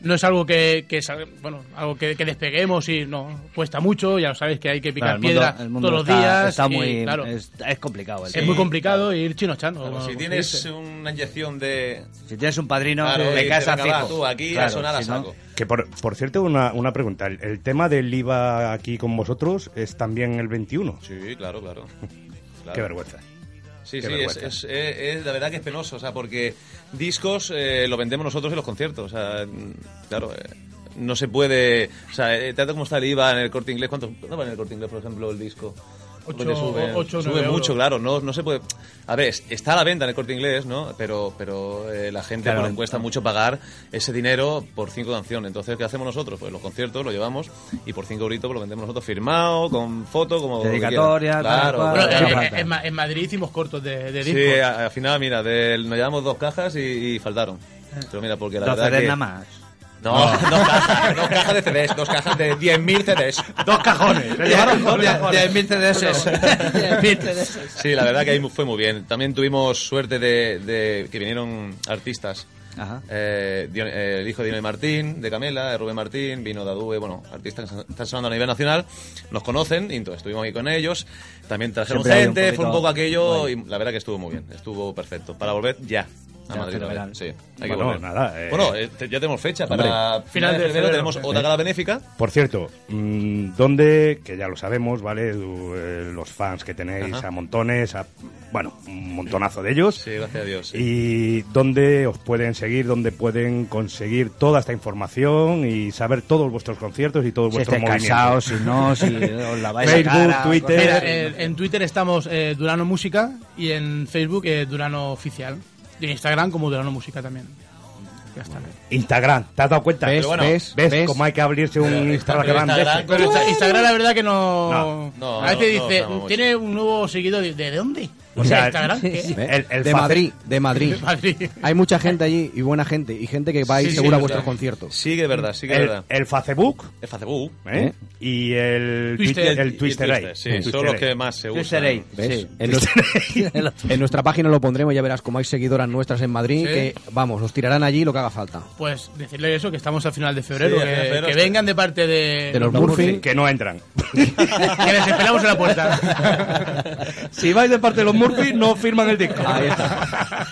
No es algo que, que sal- bueno, algo que, que despeguemos y no cuesta mucho, ya lo sabéis que hay que
Claro,
picar
el mundo-
piedra
el mundo
todos
está-
los días.
está
y,
muy-
claro,
es- es complicado el
Es
tema.
muy complicado ir chino chano.
Claro, si tienes una inyección de.
Si tienes un padrino,
Claro,
le
y
caes
te
a
venga, va,
fijo.
tú, aquí
Claro,
a sonar a
si no-
saco.
Que por, por cierto, una, una pregunta. El, el tema del IVA aquí con vosotros es también el 21.
Sí, claro, claro. Claro.
Qué vergüenza.
Sí,
Qué
sí, es,
vergüenza.
es- eh, es- la verdad que es penoso, o sea, porque discos eh, lo vendemos nosotros en los conciertos, o sea, mm, claro, eh, no se puede, o sea, eh, tanto como está el IVA en el corte inglés, ¿cuánto, cuánto vale en el corte inglés, por ejemplo, el disco?
Ocho-
Porque sube,
ocho,
sube
nueve
mucho,
euros.
claro, no, no se puede... A ver, es- está a la venta en el corte inglés, ¿no? Pero, pero eh, la gente
Claro,
bueno,
en- ah.
cuesta mucho pagar ese dinero por cinco canciones. Entonces, ¿qué hacemos nosotros? Pues los conciertos lo llevamos y por cinco euritos pues, lo vendemos nosotros firmado, con foto, como... lo que quieras.
Dedicatoria, tal,
claro,
cual.
claro,
Bueno, en-
claro.
en, en Ma- en Madrid hicimos cortos de, de
Sí,
discos.
a- al final, mira, del- nos llevamos dos cajas y, y faltaron. Pero mira, porque la
Dos
verdad
CDs
que...
nada más.
No, dos cajas, dos cajas de CDs, dos cajas de 10.000 CDs. Dos cajones,
se llevaron dos cajones. 10.000 CDs. 10.000 CDs.
Sí, la verdad que ahí mu- fue muy bien. También tuvimos suerte de, de que vinieron artistas. Eh, Dion- eh, el hijo de Dione Martín, de Camela, de Rubén Martín, vino Dadue, bueno, artistas que están sonando a nivel nacional, nos conocen, y entonces estuvimos ahí con ellos. También trajeron
Siempre hay un
gente, fue un
poquito-
poco aquello, y la verdad que estuvo muy bien, estuvo perfecto. Para volver ya. A
Ya,
Madrid, otra vez.
fenomenal.
sí. Hay que
Bueno,
volver.
nada, eh.
Bueno, eh, te- ya tenemos fecha
Hombre. Eh.
para final de febrero. Tenemos otra gala benéfica.
Por cierto, mm, ¿dónde, que ya lo sabemos, ¿vale? Du- eh, Los fans que tenéis
Ajá.
a montones, a, bueno, un montonazo de ellos.
Sí, gracias a Dios. sí.
¿Y dónde os pueden seguir, dónde pueden conseguir toda esta información y saber todos vuestros conciertos y todos
Si
vuestros
estáis
movimientos?
cansados, si no, si os laváis la
Facebook,
cara,
Twitter...
Mira, eh, en Twitter estamos eh, Durano Música y en Facebook eh, Durano Oficial. Y en Instagram como Durano Música también. Ya está.
Instagram, ¿te has dado cuenta?
¿Ves,
Pero bueno,
ves, ves?
cómo hay que abrirse un Instagram? de ese?
Pero Insta- Instagram la verdad que no...
No. No,
a veces
no, no
dice,
usamos mucho.
tiene un nuevo seguidor. ¿De ¿de dónde?
O sea,
Instagram, ¿qué?
El- el
de
fa-
Madrid, de Madrid.
De Madrid.
Hay mucha gente allí y buena gente y gente que va a ir
Sí, sí,
seguro a
es
vuestros
verdad.
conciertos.
Sí, que es verdad, sí que es
el,
verdad.
el Facebook
El Facebook.
¿eh?
¿Eh?
y el Twitter,
Twister. Y
el Twister,
Twister,
ahí.
sí,
El
son
Twister
los
ahí.
que más se
Twister
usan.
ahí,
¿Ves?
sí.
Eh, En, nuestra, en nuestra página lo pondremos, ya verás cómo hay seguidoras nuestras en Madrid
Sí.
que, vamos, os tirarán allí lo que haga falta.
Pues decirle eso, que estamos al final de febrero.
Sí,
que,
al final de febrero
que
está.
vengan de parte de...
De los Murphy.
Que Eh, no entran.
que les esperamos en la puerta.
Si vais de parte de los Murphy, no firman el disco.
Ahí está.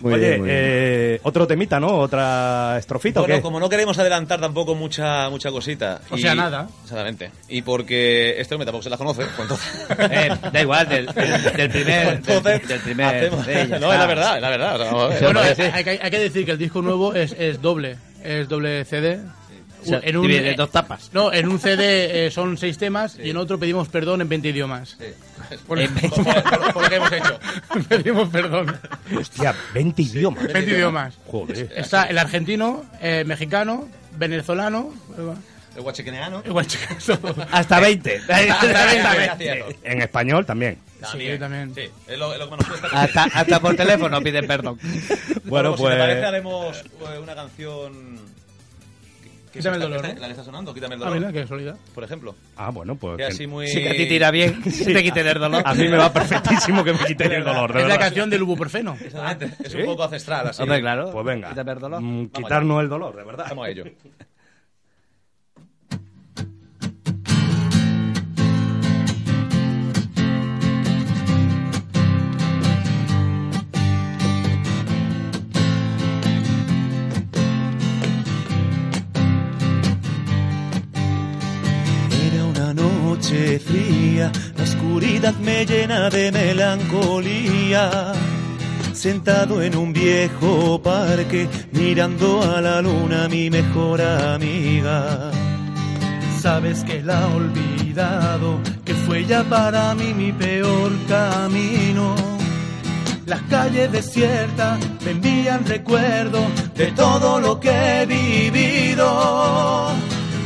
Muy
Oye,
bien, muy bien.
eh, otro temita, ¿no? Otra estrofita,
Bueno,
¿o qué?
como no queremos adelantar tampoco mucha mucha cosita.
O sea, nada.
Exactamente. Y porque este hombre tampoco se las conoce. pues entonces- Pues
Eh, da igual, del, del- del primer. Del, del primer.
hacemos-
de ella,
no, es
está.
la verdad, es la verdad. o sea, vamos a ver.
Bueno,
Hombre,
hay, hay que- hay que decir que el disco nuevo es, es doble, es doble CD.
O sea,
eh,
divide en dos tapas.
No, en un CD eh, son seis temas y en otro pedimos perdón en 20 idiomas. Por,
En 20.
por- por- por lo que hemos hecho. pedimos perdón.
Hostia, 20 idiomas.
20 idiomas.
Joder.
Está el argentino, eh, mexicano, venezolano,
El guachiqueneano.
el guachicazo.
Hasta 20.
Hasta 20.
Gracias.
Eh, En español también.
Ah,
Ah,
Sí, también.
Sí, es lo, es lo que nos cuesta.
Hasta, hasta por teléfono piden perdón.
Bueno,
Si te parece,
pues...
haremos eh, una canción que
Quítame
es
el dolor,
esta- esta-
¿no?
La que está sonando, quítame el
Ah,
dolor.
mira, qué casualidad.
Por ejemplo.
Ah, bueno, pues.
Que así muy-
Sí, que a ti te irá bien, que te quiten el dolor.
A mí me va perfectísimo que me quiten el dolor, de
es la
verdad.
canción del ibuprofeno.
Es un poco ancestral, así.
Hombre, claro. Pues venga.
Quítame el dolor.
Mm,
Vamos
quitarnos
allá.
el dolor, de verdad.
Vamos a ello.
Era una noche fría, la oscuridad me llena de melancolía. Sentado en un viejo parque, mirando a la luna, mi mejor amiga.
Sabes que la he olvidado, que fue ya para mí mi peor camino. Las calles desiertas me envían recuerdos de todo lo que he vivido.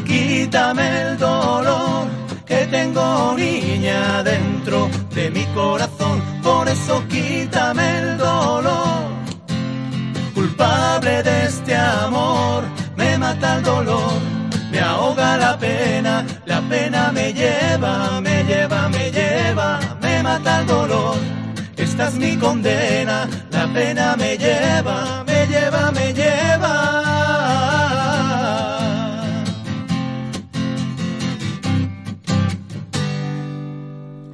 Quítame el dolor que tengo niña dentro de mi corazón, por eso quítame el dolor. Culpable de este amor, me mata el dolor me ahoga la pena, la pena me lleva, me lleva, me lleva, me mata el dolor. Esta es mi condena, la pena me lleva, me lleva, me lleva.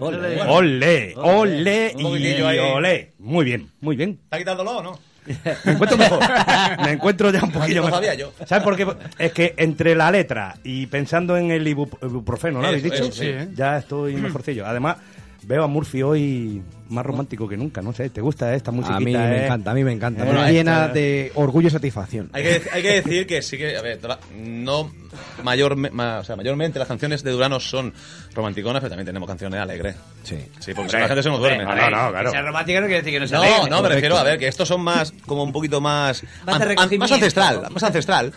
Ole, ole, ole
Un poquitillo
y
ahí.
ole. Muy bien, muy bien.
¿Te ha quitado el dolor o no?
Me encuentro mejor. Me encuentro ya un poquillo
No
mejor.
sabía yo.
¿Sabes por qué? Es que entre la letra y pensando en el ibu- ibuprofeno, ¿no habéis
Eso,
dicho?
eso, sí, ¿eh?
Ya estoy mejorcillo. Además, veo a Murphy hoy más romántico que nunca. No sé, ¿te gusta esta musiquita?
a mí me
eh?
encanta, a mí me encanta.
Bueno, eh.
me llena
esta-
de orgullo y satisfacción.
Hay que, dec- hay que decir que sí que, a ver, toda- no mayor, o sea, mayormente las canciones de Durano son romanticonas, pero también tenemos canciones alegres. Sí. Sí, porque si no, la gente se nos duerme.
Hombre, hombre, que sea romántica no quiere decir que no sea
No,
alegre.
no, me refiero a ver que estos son más, como un poquito más.
Más de
an- an-
recogimiento.
más ancestral, más ancestral.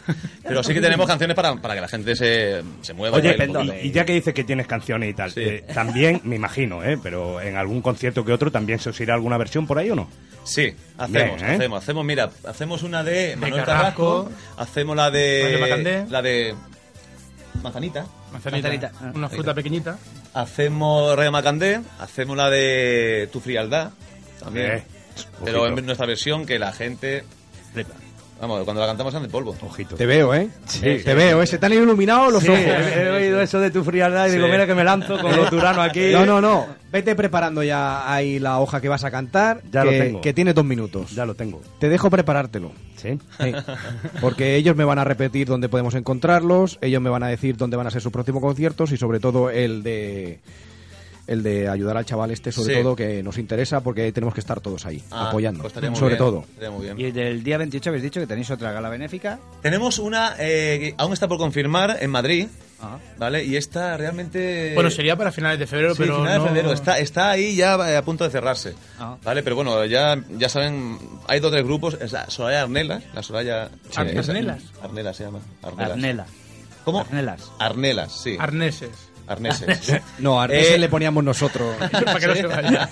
Pero sí que tenemos canciones para, para que la gente se, se mueva.
Oye,
y baile un
y-
poquito.
y, ya que dices que tienes canciones y tal, eh, también me imagino, ¿eh? Pero en algún concierto que otro también se os irá alguna versión por ahí o no?
Sí, hacemos,
Bien, ¿eh?
hacemos, hacemos. Mira, hacemos una de Manuel
Carrasco.
Carrasco, hacemos la
Manuel
de.
Macandé.
La de. Manzanita.
Manzanita. Una fruta pequeñita.
Hacemos Rayo Macandé, hacemos la de Tu Frialdad, también.
Eh,
Pero
ojito.
en nuestra versión que la gente... Vamos, cuando la cantamos anda el polvo. Ojito.
Te veo, ¿eh?
Sí,
te
sí,
veo, ¿eh? Se te han iluminado los
Sí, eh.
ojos.
he, he oído eso de tu frialdad y digo, mira que me lanzo con los turanos aquí.
No, no, no. Vete preparando ya ahí la hoja que vas a cantar.
Ya
que,
lo tengo.
Que tiene dos minutos.
Ya lo tengo.
Te dejo preparártelo.
Sí.
Porque ellos me van a repetir dónde podemos encontrarlos, ellos me van a decir dónde van a ser sus próximos conciertos y sobre todo el de el de ayudar al chaval este, sobre
Sí.
todo que nos interesa porque tenemos que estar todos ahí
Ah,
apoyando,
pues estaría muy
sobre
bien,
todo.
estaría muy bien.
Y del día 28 habéis dicho que tenéis otra gala benéfica.
Tenemos una eh, que aún está por confirmar en Madrid, ¿vale? Y esta
Eh,
realmente...
Bueno, sería para finales de febrero,
Sí,
pero.
final
no- Ah.
de febrero. Está, está ahí ya eh, a punto de cerrarse. Vale, pero bueno, ya, ya saben, hay dos o tres grupos. Es la Soraya Arnelas, la Soraya...
Sí. ¿Arnelas?
Arnelas se llama. Arnelas.
Arnela.
¿Cómo?
Arnelas.
Arnelas, sí.
Arneses.
Arneses.
No, a Arneses
Eh,
le poníamos nosotros.
para que no se vaya.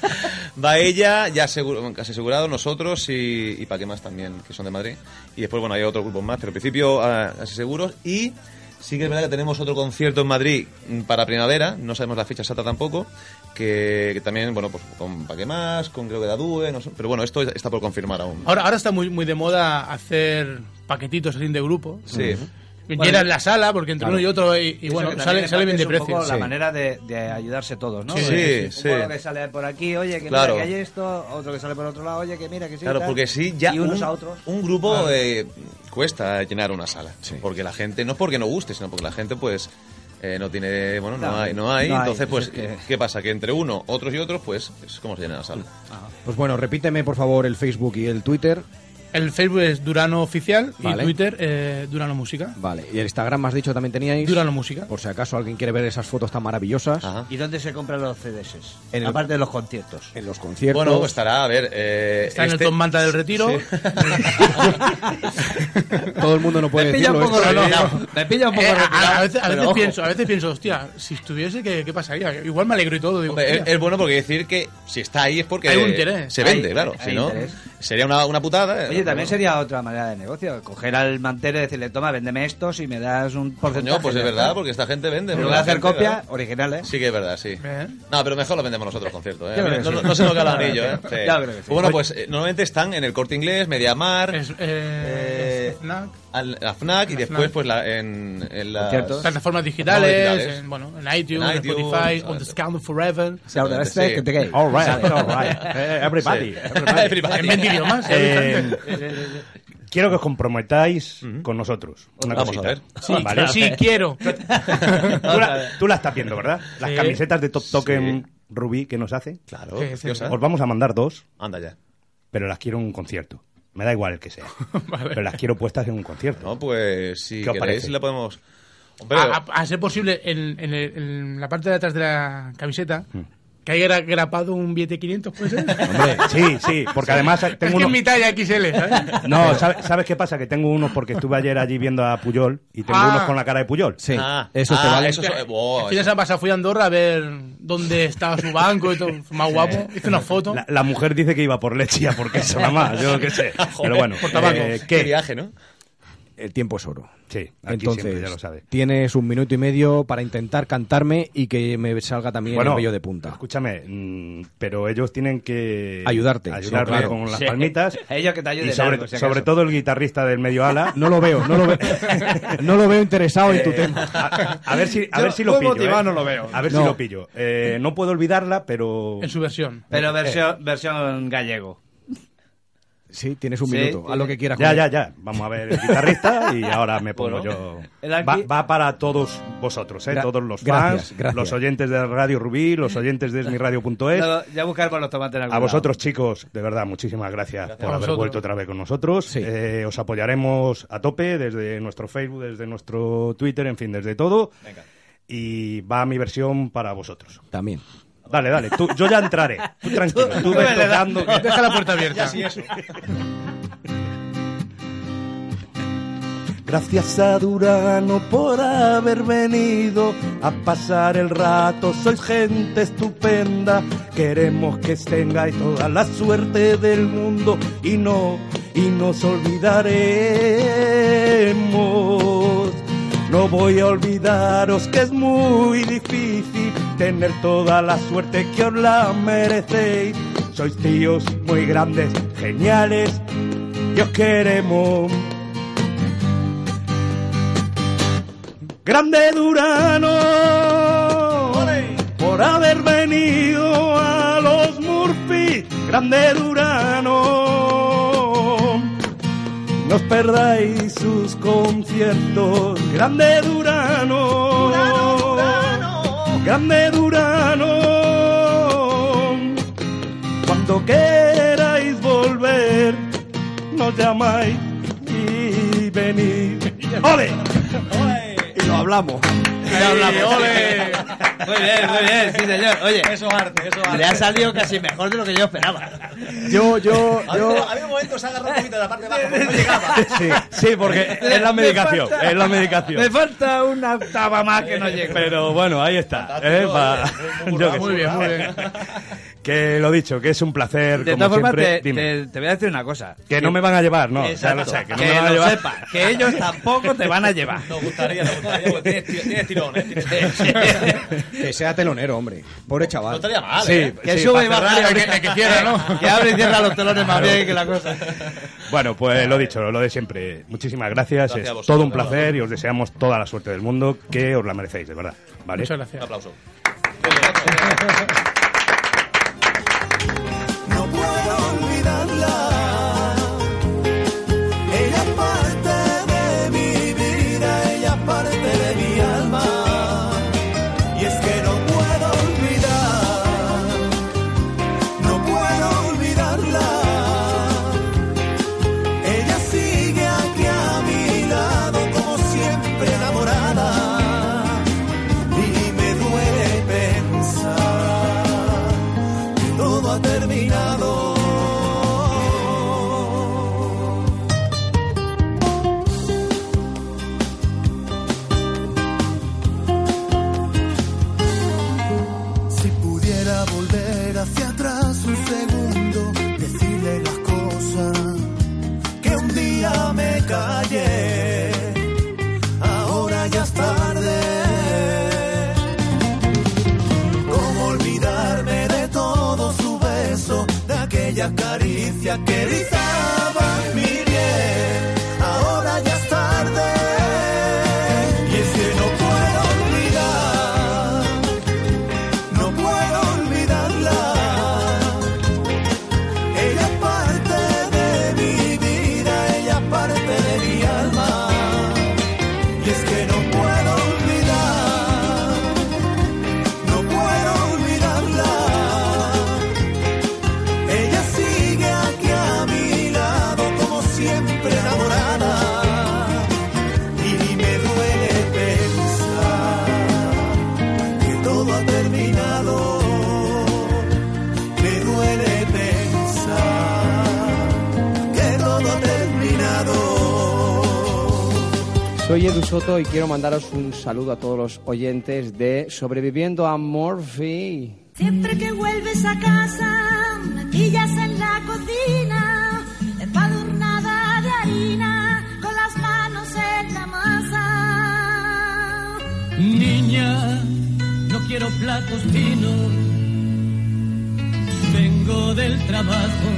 Va ella, ya aseguro- casi asegurado, nosotros y, y para qué más también, que son de Madrid. Y después, bueno, hay otros grupos más, pero al principio ah, casi seguros. Y sí que es verdad que tenemos otro concierto en Madrid mm, para primavera, no sabemos la fecha exacta tampoco, que, que también, bueno, pues con para qué más, con creo que Dadue, no sé, pero bueno, esto está por confirmar aún.
Ahora, ahora está muy, muy de moda hacer paquetitos así de grupo.
Sí.
Llenas la sala porque entre
Claro.
uno y otro y, y
Eso
bueno,
que
sale,
También
sale bien
es
de
un
precio.
poco la manera de, de ayudarse todos, ¿no?
Sí,
Porque
sí.
Un pueblo que sale por aquí, oye, que
Claro.
mira que hay esto, otro que sale por otro lado, oye, que mira que sí.
Claro,
tal.
porque sí, ya
Y unos
un,
a otros.
un grupo
Claro.
eh, cuesta llenar una sala. Porque la gente, no es porque no guste, sino porque la gente, pues, eh, no tiene, bueno, no,
Claro,
hay, no hay.
no hay,
entonces,
eso
pues,
es que-
¿qué pasa? Que entre uno, otros y otros, pues, es como se llena la sala.
Pues bueno, repíteme por favor el Facebook y el Twitter.
El Facebook es Durano Oficial
Vale.
y Twitter eh, Durano Música.
Vale, y el Instagram, más dicho, también teníais.
Durano Música.
Por si acaso alguien quiere ver esas fotos tan maravillosas.
¿Y dónde se compran los CDs?
En el-
Aparte de los conciertos.
En los conciertos.
Bueno, pues estará, a ver. eh,
Está
este
en el Tom Manta del Retiro.
Sí.
Todo el mundo no puede
Me pilla
decirlo.
un poco
esto.
retirado.
Me pilla un poco
Eh, a-
retirado,
A veces, a
pero
veces
ojo.
pienso, a veces pienso, hostia, si estuviese, ¿qué, qué pasaría? Igual me alegro y todo. Digo,
Hombre, es,
hostia.
es bueno porque decir que si está ahí es porque
Hay un interés.
se vende,
Hay-
claro.
hay
si no,
interés.
sería una, una putada. eh.
Oye, sí, también sería otra manera de negocio. Coger al mantero y decirle, toma, véndeme esto si me das un porcentaje.
No, pues es verdad, porque esta gente vende.
Pero
¿no?
voy a
La
hacer
gente,
copia
¿verdad?
original, ¿eh?
Sí que es verdad, sí. No, pero mejor lo vendemos nosotros, con cierto. ¿eh?
Yo
A mí
creo que
No,
sí.
no se nos queda el anillo,
Yo
¿eh?
creo que sí. Yo creo que sí.
Bueno, pues eh, normalmente están en el Corte Inglés, Mediamar,
eh, Fnac.
al- la FNAC y después pues la, en, en las...
Ciertas plataformas digitales, en, bueno, en iTunes, en Spotify, on the Scoundrel Forever.
Sí, ahora este Sí. que te gay.
All right, all right. Eh, Everybody.
Sí. Everybody. En 20 idiomas.
Eh, Quiero que os comprometáis con nosotros. Una
Vamos
cosita.
a ver.
Sí, sí, quiero.
Tú la, tú la estás viendo, ¿verdad? Las
Sí.
camisetas de Top Token Rubí que nos hace. Claro.
Sí, sí, sí.
Os vamos a mandar dos.
¿eh? Anda ya.
Pero las quiero en un concierto. Me da igual el que sea. Pero las quiero puestas en un concierto.
No, pues si
¿Qué os
queréis
parece?
la podemos... Ah,
a, a- a ser posible, en, en el- en la parte de atrás de la camiseta, que haya gra- grapado un billete 500, ¿puede ser?
Hmm. Hombre, sí, sí, porque además
Es que
tengo
es
unos...
mi talla XL, ¿sabes?
No, ¿sabes, sabes qué pasa? Que tengo unos porque estuve ayer allí viendo a Puyol y tengo
Ah.
unos con la cara de Puyol.
Sí,
Ah,
eso
te ah, vale.
Eso, es- wow,
El fin de semana pasado fui a Andorra a ver dónde estaba su banco y todo, más guapo. Hice una foto.
La, la mujer dice que iba por leche y a por queso, nada más, yo qué sé. Pero bueno,
por tabaco.
eh, ¿qué?
viaje, ¿no?
El tiempo es oro.
Sí, aquí
Entonces,
siempre, ya lo sabe.
tienes un minuto y medio para intentar cantarme y que me salga también el vello de punta.
Escúchame, mm, pero ellos tienen que
Ayudarte,
ayudarme
sí, claro.
con las
Sí.
palmitas.
Ellos que te ayuden
Y sobre,
algo, si acaso.
sobre todo el guitarrista del medio ala.
No lo veo, no lo veo. No lo veo interesado en tu
Eh,
tema.
A, a ver si, a
Yo
ver si lo
muy
pillo.
motivado
eh.
no lo veo.
A ver
No.
si lo pillo. Eh, no puedo olvidarla, pero.
En su versión.
Pero
Eh.
versión, versión gallego.
Sí, tienes un
Sí,
minuto. Haz
sí.
lo que quieras.
Ya,
con
ya,
él.
ya. Vamos a ver el guitarrista y ahora me pongo
Bueno.
yo.
El aquí-
Va, va para todos vosotros, ¿eh?
Gra-
todos los
gracias,
fans,
gracias.
los oyentes de Radio Rubí, los oyentes de esmiradio.es.
No, ya buscar por los tomates en algún
A vosotros, chicos, de verdad, muchísimas gracias, por
a
haber
vosotros.
vuelto otra vez con nosotros. Eh, os apoyaremos a tope desde nuestro Facebook, desde nuestro Twitter, en fin, desde todo. Y va mi versión para vosotros.
También.
Dale, dale, tú- yo ya entraré. Tú tranquilo, tú ves tocando. que-
Deja la puerta abierta.
Gracias a Durano por haber venido a pasar el rato. Sois gente estupenda. Queremos que tengáis toda la suerte del mundo y no, y nos olvidaremos. No voy a olvidaros que es muy difícil tener toda la suerte que os la merecéis. Sois tíos muy grandes, geniales y os queremos. Grande Durano, por haber venido a los Murphy. Grande Durano, no os perdáis sus conciertos. Grande Durano, Grande Durano, cuando queráis volver, nos llamáis y venid. ¡Ole! Y lo hablamos.
Y lo hablamos.
¡Ole!
Muy bien, muy bien, sí, señor. Oye,
Eso es arte, eso es arte.
le ha salido casi mejor de lo que yo esperaba.
Yo, yo, yo.
A ver un momento, se ha agarrado un poquito de la parte de abajo.
Sí, sí, porque es la
Me
medicación,
falta-
es la medicación.
Me falta una octava más que no llega.
Pero bueno, ahí está. ¿eh? Pa- yo qué sé. Que lo dicho, que es un placer.
De
como
todas formas,
siempre.
te,
Dime.
te- te voy a decir una cosa.
Que no me van a llevar, no. Ya
Exacto.
lo sé, que
que
no me
Eh,
van a
lo
llevar.
sepa, que ellos tampoco te van a llevar.
Nos gustaría, nos gustaría, porque tienes tirón, tienes tirón. ¿eh?
Que sea telonero, hombre. Pobre chaval.
No estaría mal,
Sí,
¿eh?
Que
sí,
sube
para
y baja.
cerrar,
que-
que- que
cierra, ¿no?
Que abre y cierra los telones más bien que la cosa.
Bueno, pues lo dicho, lo de siempre. Muchísimas gracias.
Gracias a
es
vosotros,
todo un
gracias.
placer y os deseamos toda la suerte del mundo que os la merecéis, de verdad. ¿Vale?
Muchas gracias.
Un aplauso.
No puedo olvidarla. Ella es parte de mi vida, ella es parte de mi alma. Y es que no puedo olvidar, no puedo olvidarla. Ella sigue aquí a mi lado como siempre enamorada. Y me duele pensar.
mejilla que rizaba mi piel. Ahora ya es tarde y es que no puedo olvidar, no puedo olvidarla. Ella es parte de mi vida, ella es parte de mi alma. Y es que no puedo olvidar, no puedo olvidarla. Ella sigue aquí a mi lado como siempre enamorada. Y me duele pensar que todo ha terminado. Me duele pensar que todo ha terminado.
Soy Edu Soto y quiero mandaros un saludo a todos los oyentes de Sobreviviendo a Murphy.
Siempre que vuelves a casa, me pillas en la cocina, empadurnada de harina, con las manos en la masa.
Niña, no quiero platos finos. Vengo del trabajo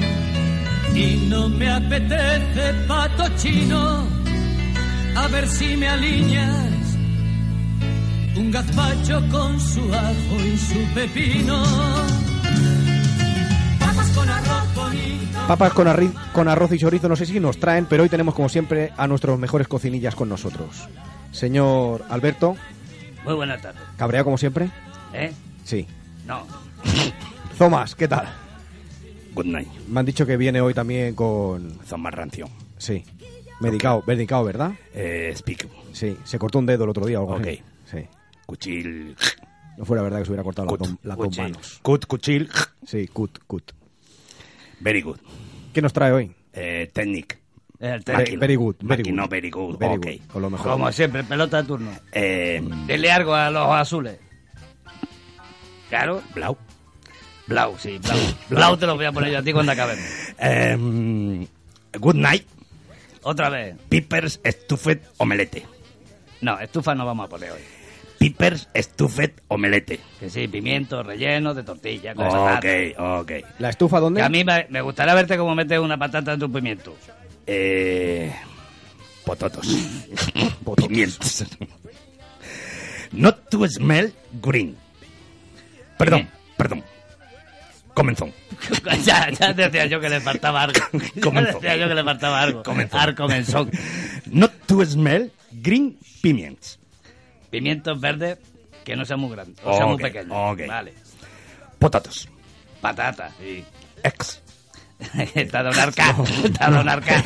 y no me apetece pato chino. A ver si me alineas un gazpacho con su ajo y su pepino. Papas con arroz bonito.
Papas con, arri- con arroz y chorizo, no sé si nos traen, pero hoy tenemos como siempre a nuestros mejores cocinillas con nosotros. Señor Alberto,
Muy buena tarde.
cabrea como siempre.
¿Eh?
Sí.
No.
Tomás, ¿qué tal?
Good night.
Me han dicho que viene hoy también con...
Tomás Rancio.
Sí. Medicado, medicado, ¿verdad?
Eh, speak.
Sí, se cortó un dedo el otro día o algo
Ok.
así. Sí.
Cuchil.
No fuera verdad que se hubiera cortado la dos- las dos
cuchil.
manos.
Cut, cuchil.
Sí, cut, cut.
Very good.
¿Qué nos trae hoy?
Eh, technique.
el técnico. Very- very good, very
Máquina,
good.
very good.
Very
ok.
good, con lo mejor.
Como
Como siempre, pelota de turno.
Eh,
Dile algo a los azules.
claro. Blau.
Blau, sí, Blau. Blau te lo voy a poner yo a ti cuando acabemos.
Eh, good night.
Otra vez.
Peppers Stuffed Omelette.
No, estufa no vamos a poner hoy.
Peppers Stuffed Omelette.
Que sí, pimiento, relleno de tortilla, con
Ok,
patata.
ok.
¿La estufa dónde?
Que a mí me, me gustaría verte cómo metes una patata en tu pimiento.
Eh, pototos. Pimientos. Not to smell green. Perdón, perdón. Comenzó.
ya, ya decía yo que le faltaba algo. Ya
Comenzó.
decía yo que le faltaba algo.
Comenzó.
Ar comenzó.
Not to smell green pimients.
Pimientos verdes que no sean muy grandes, o sean muy
Ok,
pequeños.
ok.
Vale.
Potatos.
Patata, Ah, sí.
Ex.
Está Don Arca. Está Don Arca.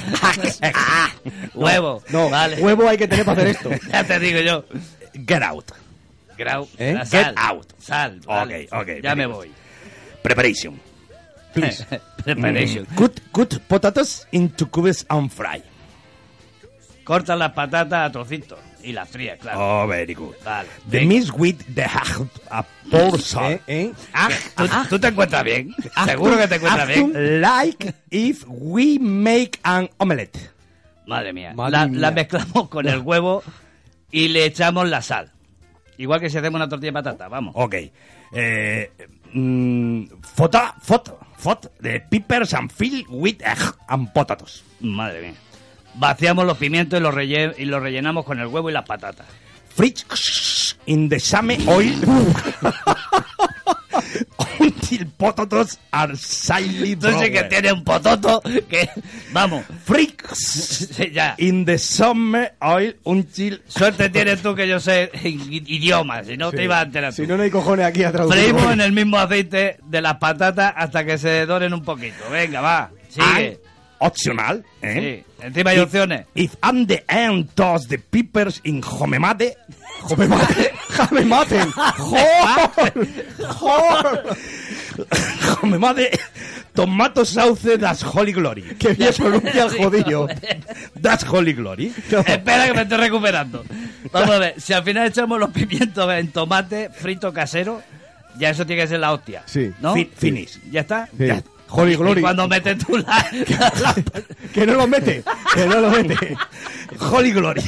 Ah, Huevo.
No,
vale.
huevo hay que tener para hacer esto.
ya te digo yo.
Get out.
Grau.
¿Eh?
la sal,
Get out.
Sal. vale.
Ok, ok,
Ya me
venga.
voy.
Preparation. Please.
Preparation.
Mm, Good, good potatoes into cubes and fry.
Corta las patatas a trocitos y las frías, claro.
Oh, very good.
Vale.
The mix with the hag a por salt.
¿Eh?
Ah, ¿tú, tú te encuentras bien. Seguro que te encuentras bien.
Like if we make an omelette.
Madre mía.
Madre
la,
mía.
la mezclamos con el huevo y le echamos la sal. Igual que si hacemos una tortilla de patata, vamos.
Ok. Eh, mm, fota, fot, fot the peppers and fill with egg and potatoes.
Madre mía. Vaciamos los pimientos y los, relle- y los rellenamos con el huevo y las patatas.
Fritz in the same oil until potatoes are slightly
Tú sí que
brown.
tienes un pototo que... Vamos.
Fritz
ya.
in the same oil until
Suerte tienes tú que yo sé i- idiomas, si no
Sí.
te iba a enterar tú.
Si no, no hay cojones aquí a traducir.
Freímos en el mismo aceite de las patatas hasta que se doren un poquito. Venga, va. Sigue.
optional. ¿eh?
Sí. Encima hay
If-
opciones.
If and the end toss the peppers in homemade. Homemade. homemade. Jor. homemade. Tomato sauce das Holy Glory.
Que bien pronuncia el
Sí,
jodillo.
Das Holy Glory.
Espera que me estoy recuperando. Vamos a ver, si al final echamos los pimientos en tomate frito casero, ya eso tiene que ser la hostia.
Sí.
¿No?
Fi- finish.
¿Ya está?
Sí.
Ya.
Holy
Y
Glory.
cuando metes tú la... la-
Que no lo mete. Que no lo mete.
Holy Glory.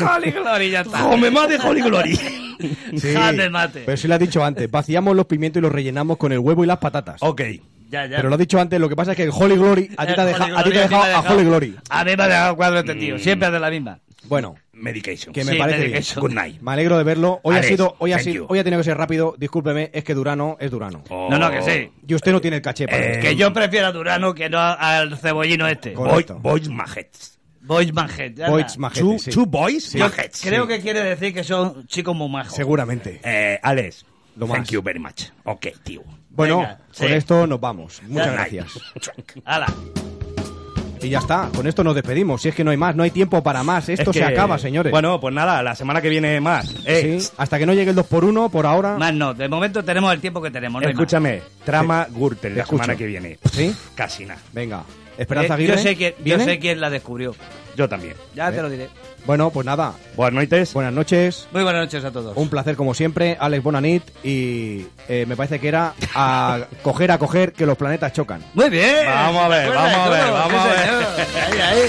Holy Glory, ya está.
Homemade Holy Glory.
Sí.
Jade mate.
Pero si lo has dicho antes. Vaciamos los pimientos y los rellenamos con el huevo y las patatas.
Ok.
Ya, ya.
Pero lo he dicho antes, lo que pasa es que el Holy Glory a ti te ha
El
deja-
Holy
a ti te
Glory
ha
a ti
dejado
te ha
a
dejado.
Holy Glory.
A mí me ha dejado cuadro este tío.
Mm.
Siempre de la misma.
Bueno.
Medication.
Que me
Sí,
parece bien.
Medication. Good night.
Me alegro de verlo. Hoy
Ares,
ha sido, hoy ha
thank
sido,
you.
hoy ha tenido que ser rápido. Discúlpeme, es que Durano es Durano.
No, no, que sí.
Y usted no tiene el caché para
Eh,
eso.
que yo prefiero a Durano que no a- al cebollino este. Boy,
Correcto.
boys Majets. Boys Majets. ya
Boys
está.
Majets, Two- sí. two boys
Yo
Majets,
Creo
sí.
que quiere decir que son chicos muy majos.
Seguramente.
Eh, Alex,
más.
thank you very much. Ok, tío.
Bueno,
Venga,
con
sí.
esto nos vamos. Muchas
Good night.
gracias.
Hala.
Y ya está, con esto nos despedimos. Si es que no hay más, no hay tiempo para más. Esto
Es
se
que-
acaba, señores.
Bueno, pues nada, la semana que viene más. Eh,
Sí, hasta que no llegue el 2x1, por ahora.
Más no, de momento tenemos el tiempo que tenemos. no hay más.
Escúchame,
trama
Sí.
Gürtel
Te
la
escucho.
semana que viene.
¿Sí?
Casi nada.
Venga. Esperanza
Eh,
Aguirre.
Yo sé, que, yo
¿viene?
sé quién la descubrió. Yo también. Ya te
Eh.
lo diré.
Bueno, pues nada.
Buenas noches.
Buenas noches.
Muy buenas noches a todos.
Un placer como siempre, Alex Bonanit. Y eh, me parece que era a coger, a coger, que los planetas chocan.
Muy bien.
Vamos a ver, vamos a ver, vamos a ver.
Ahí, ahí.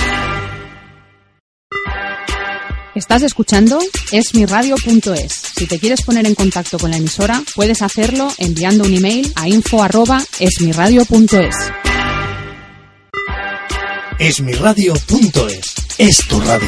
Estás escuchando esmiradio.es. Si te quieres poner en contacto con la emisora, puedes hacerlo enviando un email a info@esmiradio.es.
Esmirradio.es es tu radio.